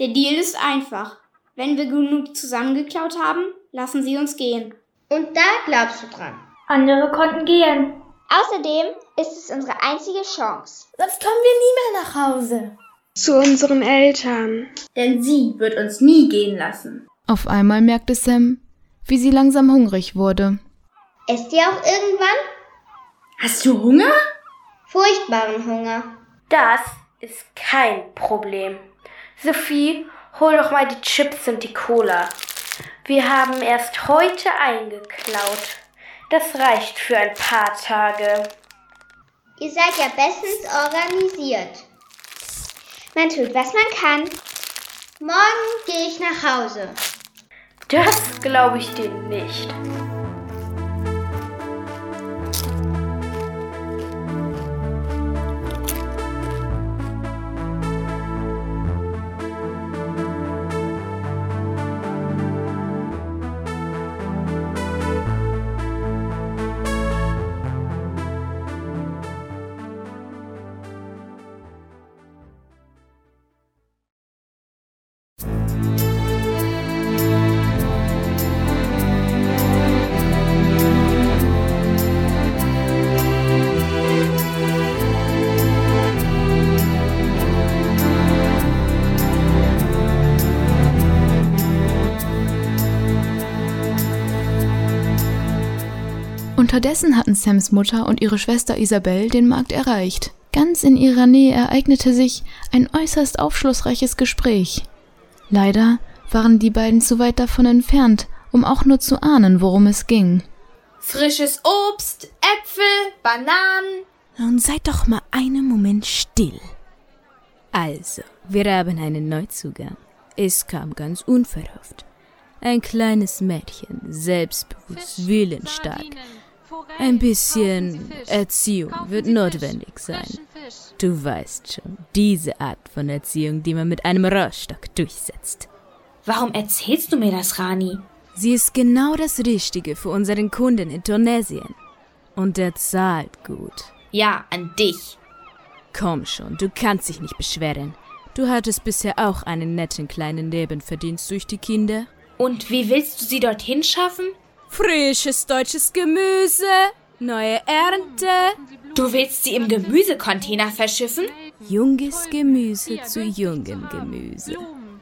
Speaker 22: Der Deal ist einfach. Wenn wir genug zusammengeklaut haben, lassen sie uns gehen.
Speaker 7: Und da glaubst du dran.
Speaker 21: Andere konnten gehen.
Speaker 7: Außerdem ist es unsere einzige Chance.
Speaker 17: Sonst kommen wir nie mehr nach Hause.
Speaker 23: Zu unseren Eltern.
Speaker 16: Denn sie wird uns nie gehen lassen.
Speaker 5: Auf einmal merkte Sam, wie sie langsam hungrig wurde.
Speaker 7: Esst ihr auch irgendwann?
Speaker 16: Hast du Hunger?
Speaker 7: Furchtbaren Hunger.
Speaker 1: Das ist kein Problem. Sophie, hol doch mal die Chips und die Cola. Wir haben erst heute eingeklaut. Das reicht für ein paar Tage.
Speaker 7: Ihr seid ja bestens organisiert. Man tut, was man kann. Morgen gehe ich nach Hause.
Speaker 1: Das glaube ich dir nicht.
Speaker 5: Unterdessen hatten Sams Mutter und ihre Schwester Isabel den Markt erreicht. Ganz in ihrer Nähe ereignete sich ein äußerst aufschlussreiches Gespräch. Leider waren die beiden zu weit davon entfernt, um auch nur zu ahnen, worum es ging.
Speaker 18: Frisches Obst, Äpfel, Bananen.
Speaker 13: Nun seid doch mal einen Moment still. Also, wir haben einen Neuzugang. Es kam ganz unverhofft. Ein kleines Mädchen, selbstbewusst,
Speaker 24: Fisch,
Speaker 13: willensstark,
Speaker 24: Sardinen.
Speaker 13: ein bisschen
Speaker 24: Fisch.
Speaker 13: Erziehung
Speaker 24: Kaufen
Speaker 13: wird
Speaker 24: Sie Fisch.
Speaker 13: notwendig sein.
Speaker 24: Frischen Fisch.
Speaker 13: Du weißt schon, diese Art von Erziehung, die man mit einem Rohrstock durchsetzt.
Speaker 25: Warum erzählst du mir das, Rani?
Speaker 13: Sie ist genau das Richtige für unseren Kunden in Tunesien. Und er zahlt gut.
Speaker 25: Ja, an dich.
Speaker 13: Komm schon, du kannst dich nicht beschweren. Du hattest bisher auch einen netten kleinen Nebenverdienst durch die Kinder.
Speaker 25: Und wie willst du sie dorthin schaffen?
Speaker 13: Frisches deutsches Gemüse, neue Ernte.
Speaker 25: Du willst sie im Gemüsecontainer verschiffen?
Speaker 13: Junges Gemüse zu jungem Gemüse.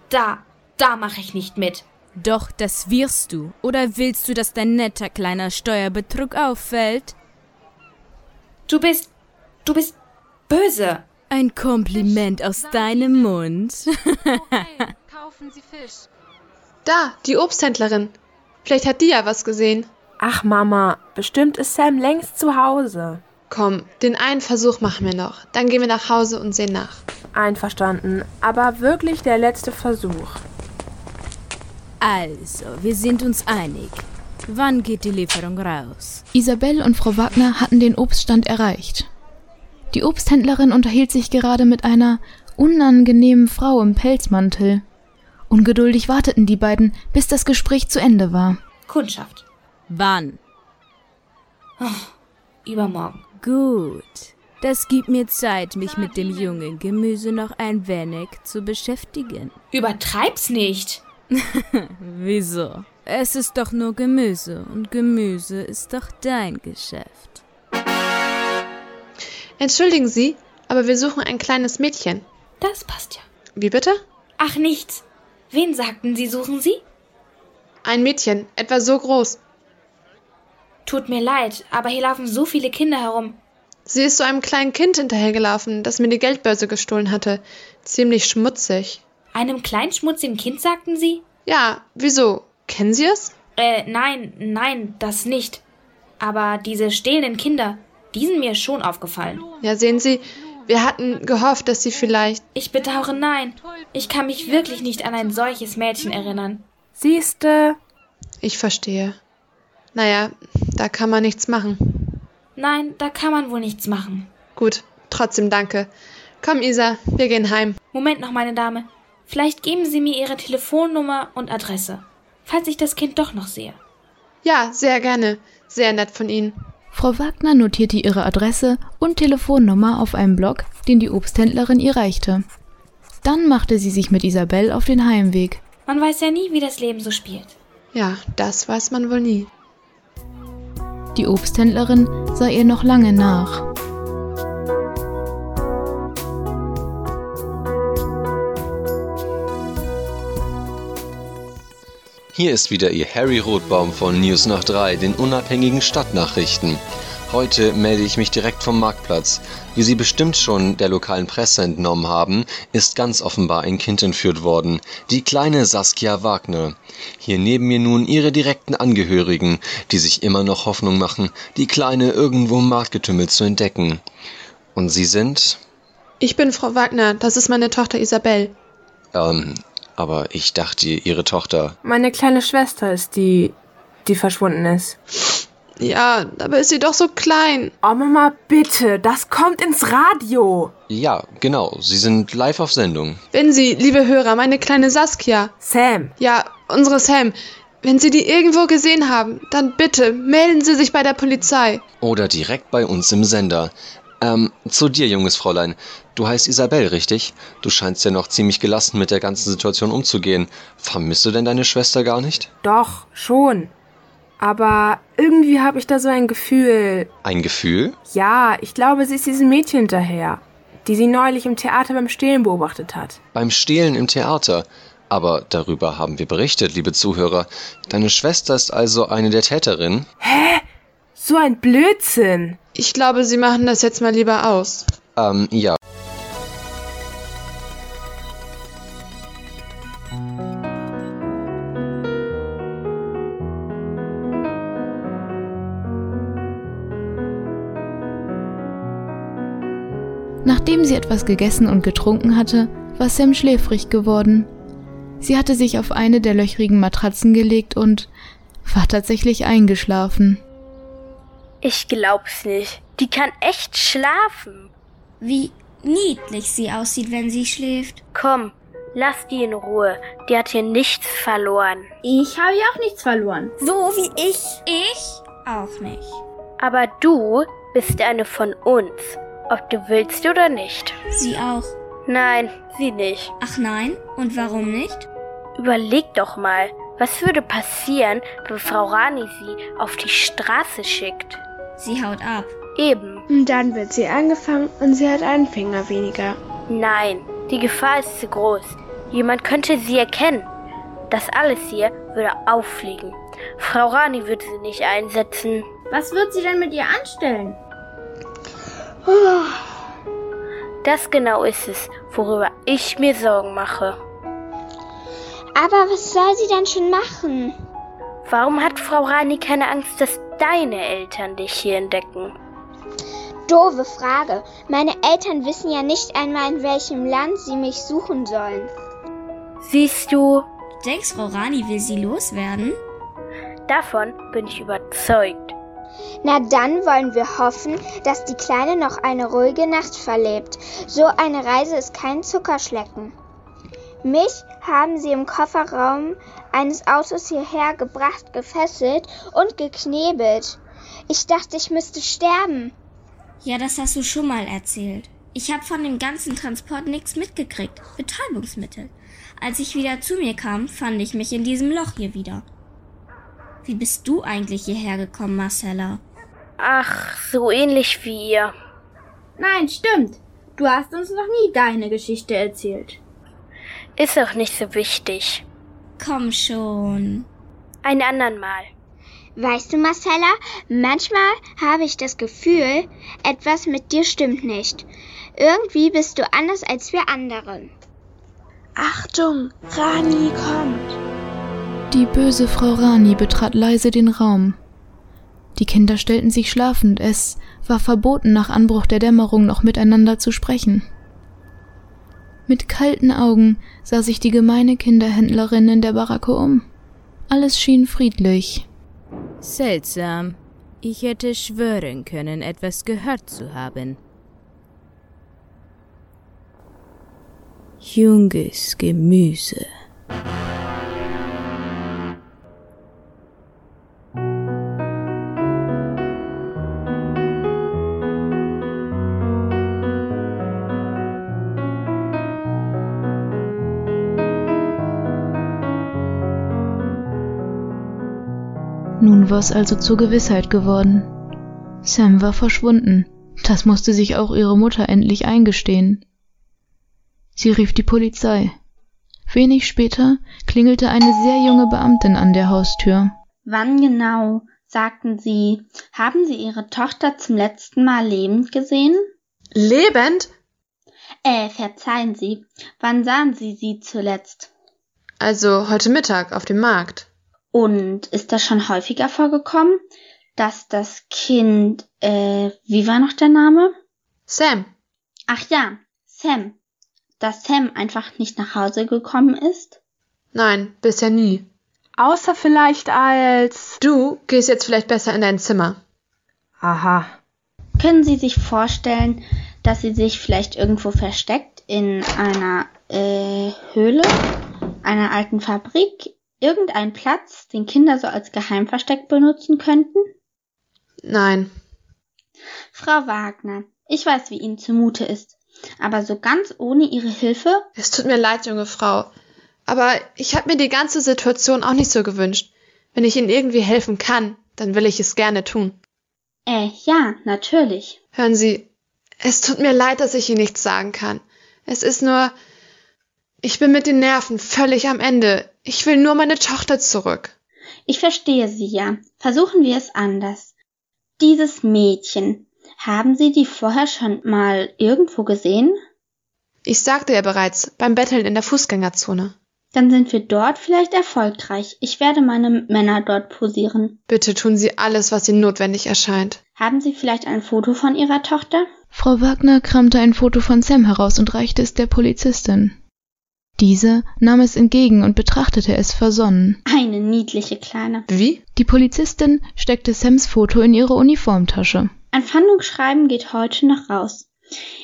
Speaker 25: Da, da mache ich nicht mit.
Speaker 13: Doch, das wirst du. Oder willst du, dass dein netter kleiner Steuerbetrug auffällt?
Speaker 25: Du bist. du bist böse.
Speaker 13: Ein Kompliment aus deinem Mund.
Speaker 24: Kaufen Sie Fisch.
Speaker 10: Da, die Obsthändlerin. Vielleicht hat die ja was gesehen.
Speaker 8: Ach Mama, bestimmt ist Sam längst zu Hause.
Speaker 10: Komm, den einen Versuch machen wir noch. Dann gehen wir nach Hause und sehen nach.
Speaker 8: Einverstanden, aber wirklich der letzte Versuch.
Speaker 13: Also, wir sind uns einig. Wann geht die Lieferung raus?
Speaker 5: Isabel und Frau Wagner hatten den Obststand erreicht. Die Obsthändlerin unterhielt sich gerade mit einer unangenehmen Frau im Pelzmantel. Ungeduldig warteten die beiden, bis das Gespräch zu Ende war.
Speaker 25: Kundschaft.
Speaker 13: Wann?
Speaker 25: Oh, Übermorgen.
Speaker 13: Gut. Das gibt mir Zeit, mich mit dem jungen Gemüse noch ein wenig zu beschäftigen.
Speaker 25: Übertreib's nicht.
Speaker 13: Wieso? Es ist doch nur Gemüse und Gemüse ist doch dein Geschäft.
Speaker 10: Entschuldigen Sie, aber wir suchen ein kleines Mädchen.
Speaker 25: Das passt ja.
Speaker 10: Wie bitte?
Speaker 25: Ach nichts. Wen sagten Sie, suchen Sie?
Speaker 10: Ein Mädchen, etwa so groß.
Speaker 25: Tut mir leid, aber hier laufen so viele Kinder herum.
Speaker 10: Sie ist so einem kleinen Kind hinterhergelaufen, das mir die Geldbörse gestohlen hatte. Ziemlich schmutzig.
Speaker 25: Einem kleinschmutzigen Kind sagten Sie?
Speaker 10: Ja, wieso? Kennen Sie es?
Speaker 25: Äh, nein, nein, das nicht. Aber diese stehlenden Kinder, die sind mir schon aufgefallen.
Speaker 10: Ja, sehen Sie, wir hatten gehofft, dass Sie vielleicht.
Speaker 25: Ich bedauere nein. Ich kann mich wirklich nicht an ein solches Mädchen erinnern.
Speaker 8: Siehste.
Speaker 10: Ich verstehe. Naja, da kann man nichts machen.
Speaker 25: Nein, da kann man wohl nichts machen.
Speaker 10: Gut, trotzdem danke. Komm, Isa, wir gehen heim.
Speaker 25: Moment noch, meine Dame. Vielleicht geben Sie mir Ihre Telefonnummer und Adresse, falls ich das Kind doch noch sehe.
Speaker 10: Ja, sehr gerne. Ne, Sehr nett von Ihnen.
Speaker 5: Frau Wagner notierte ihre Adresse und Telefonnummer auf einem Block, den die Obsthändlerin ihr reichte. Dann machte sie sich mit Isabel auf den Heimweg.
Speaker 25: Man weiß ja nie, wie das Leben so spielt.
Speaker 10: Ja, das weiß man wohl nie.
Speaker 5: Die Obsthändlerin sah ihr noch lange nach.
Speaker 9: Hier ist wieder Ihr Harry Rotbaum von News nach 3, den unabhängigen Stadtnachrichten. Heute melde ich mich direkt vom Marktplatz. Wie Sie bestimmt schon der lokalen Presse entnommen haben, ist ganz offenbar ein Kind entführt worden. Die kleine Saskia Wagner. Hier neben mir nun ihre direkten Angehörigen, die sich immer noch Hoffnung machen, die Kleine irgendwo im Marktgetümmel zu entdecken. Und Sie sind?
Speaker 10: Ich bin Frau Wagner, das ist meine Tochter Isabel.
Speaker 9: Ähm, aber ich dachte, ihre Tochter.
Speaker 8: Meine kleine Schwester ist die, die verschwunden ist.
Speaker 10: Ja, dabei ist sie doch so klein.
Speaker 8: Oh Mama, bitte, das kommt ins Radio.
Speaker 9: Ja, genau, Sie sind live auf Sendung.
Speaker 10: Wenn Sie, liebe Hörer, meine kleine Saskia.
Speaker 8: Sam.
Speaker 10: Ja, unsere Sam. Wenn Sie die irgendwo gesehen haben, dann bitte melden Sie sich bei der Polizei.
Speaker 9: Oder direkt bei uns im Sender. Ähm, zu dir, junges Fräulein. Du heißt Isabel, richtig? Du scheinst ja noch ziemlich gelassen mit der ganzen Situation umzugehen. Vermisst du denn deine Schwester gar nicht?
Speaker 8: Doch, schon. Aber irgendwie habe ich da so ein Gefühl.
Speaker 9: Ein Gefühl?
Speaker 8: Ja, ich glaube, sie ist diesem Mädchen hinterher, die sie neulich im Theater beim Stehlen beobachtet hat.
Speaker 9: Beim Stehlen im Theater? Aber darüber haben wir berichtet, liebe Zuhörer. Deine Schwester ist also eine der Täterinnen?
Speaker 8: Hä? So ein Blödsinn.
Speaker 10: Ich glaube, Sie machen das jetzt mal lieber aus.
Speaker 9: Ähm, ja.
Speaker 5: Nachdem sie etwas gegessen und getrunken hatte, war Sam schläfrig geworden. Sie hatte sich auf eine der löchrigen Matratzen gelegt und war tatsächlich eingeschlafen.
Speaker 1: Ich glaub's nicht. Die kann echt schlafen.
Speaker 2: Wie niedlich sie aussieht, wenn sie schläft.
Speaker 1: Komm, lass die in Ruhe. Die hat hier nichts verloren.
Speaker 16: Ich habe ja auch nichts verloren.
Speaker 2: So wie ich. Ich auch nicht.
Speaker 1: Aber du bist eine von uns. Ob du willst oder nicht.
Speaker 2: Sie auch.
Speaker 1: Nein, sie nicht.
Speaker 2: Ach nein? Und warum nicht?
Speaker 1: Überleg doch mal. Was würde passieren, wenn Frau Rani sie auf die Straße schickt?
Speaker 2: Sie haut ab.
Speaker 1: Eben.
Speaker 23: Und dann wird sie angefangen und sie hat einen Finger weniger.
Speaker 1: Nein, die Gefahr ist zu groß. Jemand könnte sie erkennen. Das alles hier würde auffliegen. Frau Rani würde sie nicht einsetzen.
Speaker 16: Was wird sie denn mit ihr anstellen?
Speaker 1: Das genau ist es, worüber ich mir Sorgen mache.
Speaker 7: Aber was soll sie denn schon machen?
Speaker 1: Warum hat Frau Rani keine Angst, dass deine Eltern dich hier entdecken?
Speaker 7: Doofe Frage. Meine Eltern wissen ja nicht einmal, in welchem Land sie mich suchen sollen.
Speaker 1: Siehst du?
Speaker 2: Denkst Frau Rani will sie loswerden?
Speaker 1: Davon bin ich überzeugt.
Speaker 7: Na dann wollen wir hoffen, dass die Kleine noch eine ruhige Nacht verlebt. So eine Reise ist kein Zuckerschlecken. Mich haben sie im Kofferraum eines Autos hierher gebracht, gefesselt und geknebelt. Ich dachte, ich müsste sterben.
Speaker 2: Ja, das hast du schon mal erzählt. Ich habe von dem ganzen Transport nichts mitgekriegt. Betäubungsmittel. Als ich wieder zu mir kam, fand ich mich in diesem Loch hier wieder. Wie bist du eigentlich hierher gekommen, Marcella?
Speaker 1: Ach, so ähnlich wie ihr.
Speaker 16: Nein, stimmt. Du hast uns noch nie deine Geschichte erzählt.
Speaker 1: Ist auch nicht so wichtig.
Speaker 2: Komm schon.
Speaker 1: Ein andern Mal.
Speaker 7: Weißt du, Marcella, manchmal habe ich das Gefühl, etwas mit dir stimmt nicht. Irgendwie bist du anders als wir anderen.
Speaker 23: Achtung, Rani kommt.
Speaker 5: Die böse Frau Rani betrat leise den Raum. Die Kinder stellten sich schlafend, es war verboten, nach Anbruch der Dämmerung noch miteinander zu sprechen. Mit kalten Augen sah sich die gemeine Kinderhändlerin in der Baracke um. Alles schien friedlich.
Speaker 26: Seltsam. Ich hätte schwören können, etwas gehört zu haben. Junges Gemüse.
Speaker 5: Nun war es also zur Gewissheit geworden. Sam war verschwunden. Das musste sich auch ihre Mutter endlich eingestehen. Sie rief die Polizei. Wenig später klingelte eine sehr junge Beamtin an der Haustür.
Speaker 1: Wann genau, sagten Sie, haben Sie Ihre Tochter zum letzten Mal lebend gesehen?
Speaker 10: Lebend?
Speaker 1: Äh, verzeihen Sie, wann sahen Sie sie zuletzt?
Speaker 10: Also heute Mittag auf dem Markt.
Speaker 1: Und ist das schon häufiger vorgekommen, dass das Kind, äh, wie war noch der Name?
Speaker 10: Sam.
Speaker 1: Ach ja, Sam. Dass Sam einfach nicht nach Hause gekommen ist?
Speaker 10: Nein, bisher nie.
Speaker 27: Außer vielleicht als.
Speaker 10: Du gehst jetzt vielleicht besser in dein Zimmer.
Speaker 27: Aha.
Speaker 1: Können Sie sich vorstellen, dass sie sich vielleicht irgendwo versteckt in einer äh, Höhle, einer alten Fabrik, irgendeinen Platz, den Kinder so als Geheimversteck benutzen könnten?
Speaker 10: Nein.
Speaker 1: Frau Wagner, ich weiß, wie Ihnen zumute ist, aber so ganz ohne Ihre Hilfe?
Speaker 10: Es tut mir leid, junge Frau, aber ich habe mir die ganze Situation auch nicht so gewünscht. Wenn ich Ihnen irgendwie helfen kann, dann will ich es gerne tun.
Speaker 1: Äh, ja, natürlich.
Speaker 10: Hören Sie, es tut mir leid, dass ich Ihnen nichts sagen kann. Es ist nur, ich bin mit den Nerven völlig am Ende. Ich will nur meine Tochter zurück.
Speaker 1: Ich verstehe Sie ja. Versuchen wir es anders. Dieses Mädchen. Haben Sie die vorher schon mal irgendwo gesehen?
Speaker 10: Ich sagte ja bereits, beim Betteln in der Fußgängerzone.
Speaker 1: Dann sind wir dort vielleicht erfolgreich. Ich werde meine Männer dort posieren.
Speaker 10: Bitte tun Sie alles, was Ihnen notwendig erscheint.
Speaker 1: Haben Sie vielleicht ein Foto von Ihrer Tochter?
Speaker 5: Frau Wagner kramte ein Foto von Sam heraus und reichte es der Polizistin. Diese nahm es entgegen und betrachtete es versonnen.
Speaker 1: Eine niedliche Kleine.
Speaker 10: Wie?
Speaker 5: Die Polizistin steckte Sams Foto in ihre Uniformtasche.
Speaker 1: Ein Fahndungsschreiben geht heute noch raus.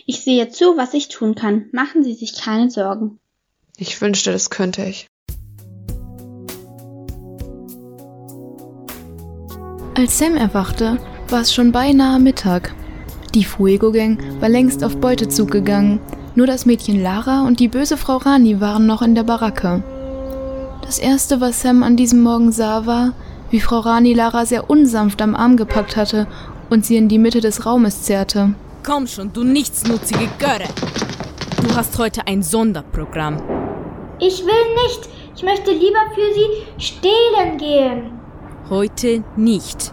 Speaker 1: Ich sehe zu, was ich tun kann. Machen Sie sich keine Sorgen.
Speaker 10: Ich wünschte, das könnte ich.
Speaker 5: Als Sam erwachte, war es schon beinahe Mittag. Die Fuego-Gang war längst auf Beutezug gegangen nur das Mädchen Lara und die böse Frau Rani waren noch in der Baracke. Das erste, was Sam an diesem Morgen sah, war, wie Frau Rani Lara sehr unsanft am Arm gepackt hatte und sie in die Mitte des Raumes zerrte.
Speaker 13: Komm schon, du nichtsnutzige Göre! Du hast heute ein Sonderprogramm.
Speaker 7: Ich will nicht. Ich möchte lieber für sie stehlen gehen.
Speaker 13: Heute nicht.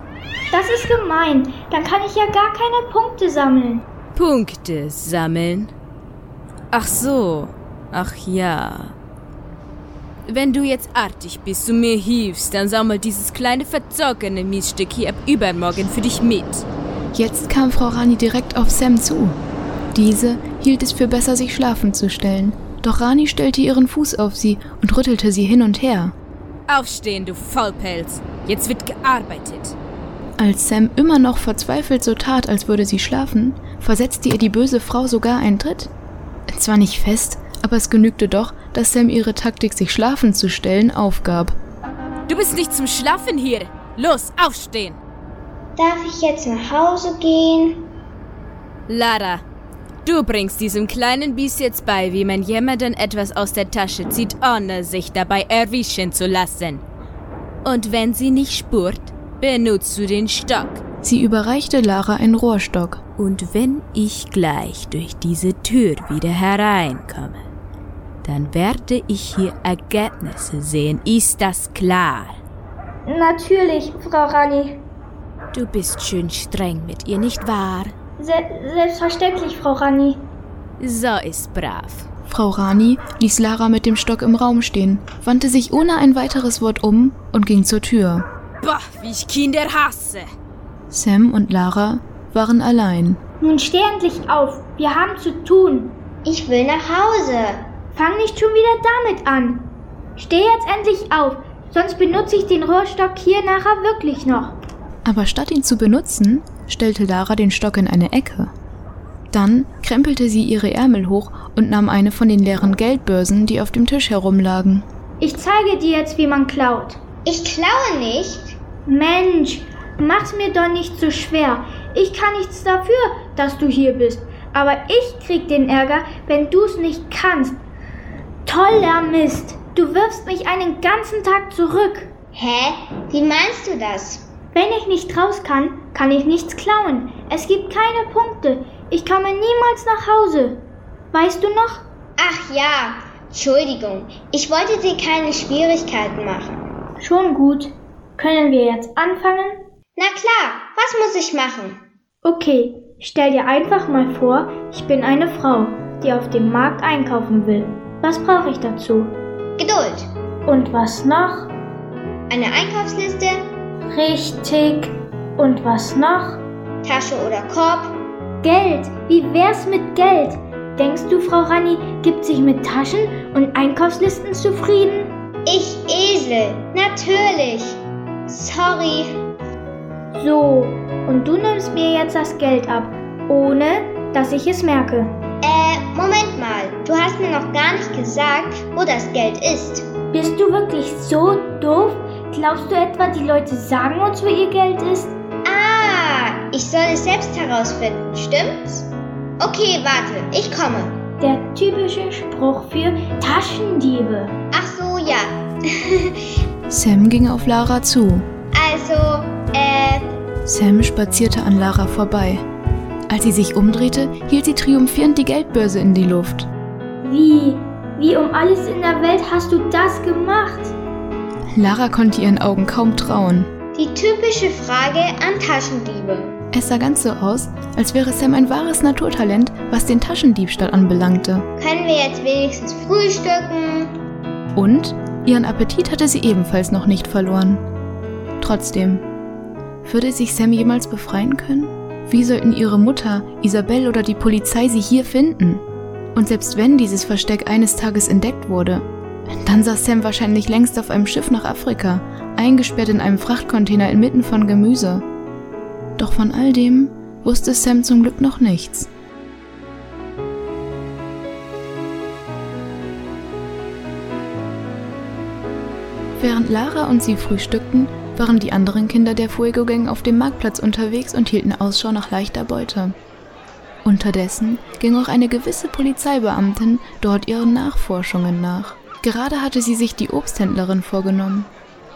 Speaker 7: Das ist gemein. Dann kann ich ja gar keine Punkte sammeln.
Speaker 13: Punkte sammeln? Ach so. Ach ja. Wenn du jetzt artig bist und mir hilfst, dann sammel dieses kleine verzogene Miststück hier ab übermorgen für dich mit.
Speaker 5: Jetzt kam Frau Rani direkt auf Sam zu. Diese hielt es für besser, sich schlafen zu stellen. Doch Rani stellte ihren Fuß auf sie und rüttelte sie hin und her.
Speaker 13: Aufstehen, du Faulpelz! Jetzt wird gearbeitet!
Speaker 5: Als Sam immer noch verzweifelt so tat, als würde sie schlafen, versetzte ihr die böse Frau sogar einen Tritt, zwar nicht fest, aber es genügte doch, dass Sam ihre Taktik, sich schlafen zu stellen, aufgab.
Speaker 13: Du bist nicht zum Schlafen hier. Los, aufstehen.
Speaker 28: Darf ich jetzt nach Hause gehen?
Speaker 13: Lara, du bringst diesem kleinen Biest jetzt bei, wie man jemanden etwas aus der Tasche zieht, ohne sich dabei erwischen zu lassen. Und wenn sie nicht spurt, benutzt du den Stock.
Speaker 5: Sie überreichte Lara einen Rohrstock.
Speaker 26: Und wenn ich gleich durch diese Tür wieder hereinkomme, dann werde ich hier Ergebnisse sehen. Ist das klar?
Speaker 7: Natürlich, Frau Rani.
Speaker 26: Du bist schön streng mit ihr, nicht wahr?
Speaker 7: Se selbstverständlich, Frau Rani.
Speaker 26: So ist brav.
Speaker 5: Frau Rani ließ Lara mit dem Stock im Raum stehen, wandte sich ohne ein weiteres Wort um und ging zur Tür.
Speaker 13: Bah, wie ich Kinder hasse!
Speaker 5: Sam und Lara waren allein.
Speaker 7: Nun steh endlich auf. Wir haben zu tun.
Speaker 29: Ich will nach Hause.
Speaker 7: Fang nicht schon wieder damit an. Steh jetzt endlich auf, sonst benutze ich den Rohrstock hier nachher wirklich noch.
Speaker 5: Aber statt ihn zu benutzen, stellte Lara den Stock in eine Ecke. Dann krempelte sie ihre Ärmel hoch und nahm eine von den leeren Geldbörsen, die auf dem Tisch herumlagen.
Speaker 7: Ich zeige dir jetzt, wie man klaut.
Speaker 29: Ich klaue nicht.
Speaker 7: Mensch, mach's mir doch nicht so schwer. Ich kann nichts dafür, dass du hier bist. Aber ich krieg den Ärger, wenn du's nicht kannst. Toller Mist. Du wirfst mich einen ganzen Tag zurück.
Speaker 29: Hä? Wie meinst du das?
Speaker 7: Wenn ich nicht raus kann, kann ich nichts klauen. Es gibt keine Punkte. Ich komme niemals nach Hause. Weißt du noch?
Speaker 29: Ach ja, Entschuldigung. Ich wollte dir keine Schwierigkeiten machen.
Speaker 7: Schon gut. Können wir jetzt anfangen?
Speaker 29: Na klar, was muss ich machen?
Speaker 7: Okay, stell dir einfach mal vor, ich bin eine Frau, die auf dem Markt einkaufen will. Was brauche ich dazu?
Speaker 29: Geduld.
Speaker 7: Und was noch?
Speaker 29: Eine Einkaufsliste.
Speaker 7: Richtig. Und was noch?
Speaker 29: Tasche oder Korb.
Speaker 7: Geld. Wie wär's mit Geld? Denkst du, Frau Ranni gibt sich mit Taschen und Einkaufslisten zufrieden?
Speaker 29: Ich Esel. Natürlich. Sorry.
Speaker 7: So, und du nimmst mir jetzt das Geld ab, ohne dass ich es merke.
Speaker 29: Äh, Moment mal, du hast mir noch gar nicht gesagt, wo das Geld ist.
Speaker 7: Bist du wirklich so doof? Glaubst du etwa, die Leute sagen uns, wo ihr Geld ist?
Speaker 29: Ah, ich soll es selbst herausfinden, stimmt's? Okay, warte, ich komme.
Speaker 7: Der typische Spruch für Taschendiebe.
Speaker 29: Ach so, ja.
Speaker 5: Sam ging auf Lara zu.
Speaker 29: Also, äh.
Speaker 5: Sam spazierte an Lara vorbei. Als sie sich umdrehte, hielt sie triumphierend die Geldbörse in die Luft.
Speaker 7: Wie? Wie um alles in der Welt hast du das gemacht?
Speaker 5: Lara konnte ihren Augen kaum trauen.
Speaker 29: Die typische Frage an Taschendiebe.
Speaker 5: Es sah ganz so aus, als wäre Sam ein wahres Naturtalent, was den Taschendiebstahl anbelangte.
Speaker 29: Können wir jetzt wenigstens frühstücken?
Speaker 5: Und ihren Appetit hatte sie ebenfalls noch nicht verloren. Trotzdem, würde sich Sam jemals befreien können? Wie sollten ihre Mutter, Isabelle oder die Polizei sie hier finden? Und selbst wenn dieses Versteck eines Tages entdeckt wurde, dann saß Sam wahrscheinlich längst auf einem Schiff nach Afrika, eingesperrt in einem Frachtcontainer inmitten von Gemüse. Doch von all dem wusste Sam zum Glück noch nichts. Während Lara und sie frühstückten, waren die anderen Kinder der Fuego-Gang auf dem Marktplatz unterwegs und hielten Ausschau nach leichter Beute. Unterdessen ging auch eine gewisse Polizeibeamtin dort ihren Nachforschungen nach. Gerade hatte sie sich die Obsthändlerin vorgenommen.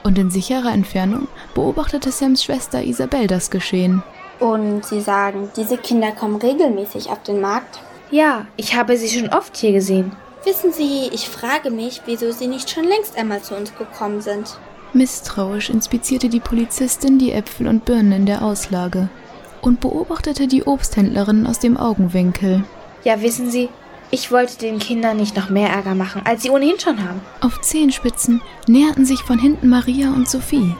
Speaker 5: Und in sicherer Entfernung beobachtete Sams Schwester Isabel das Geschehen.
Speaker 1: Und Sie sagen, diese Kinder kommen regelmäßig auf den Markt?
Speaker 30: Ja, ich habe sie schon oft hier gesehen.
Speaker 1: Wissen Sie, ich frage mich, wieso Sie nicht schon längst einmal zu uns gekommen sind.
Speaker 5: Misstrauisch inspizierte die Polizistin die Äpfel und Birnen in der Auslage und beobachtete die Obsthändlerin aus dem Augenwinkel.
Speaker 30: Ja, wissen Sie, ich wollte den Kindern nicht noch mehr Ärger machen, als sie ohnehin schon haben.
Speaker 5: Auf Zehenspitzen näherten sich von hinten Maria und Sophie.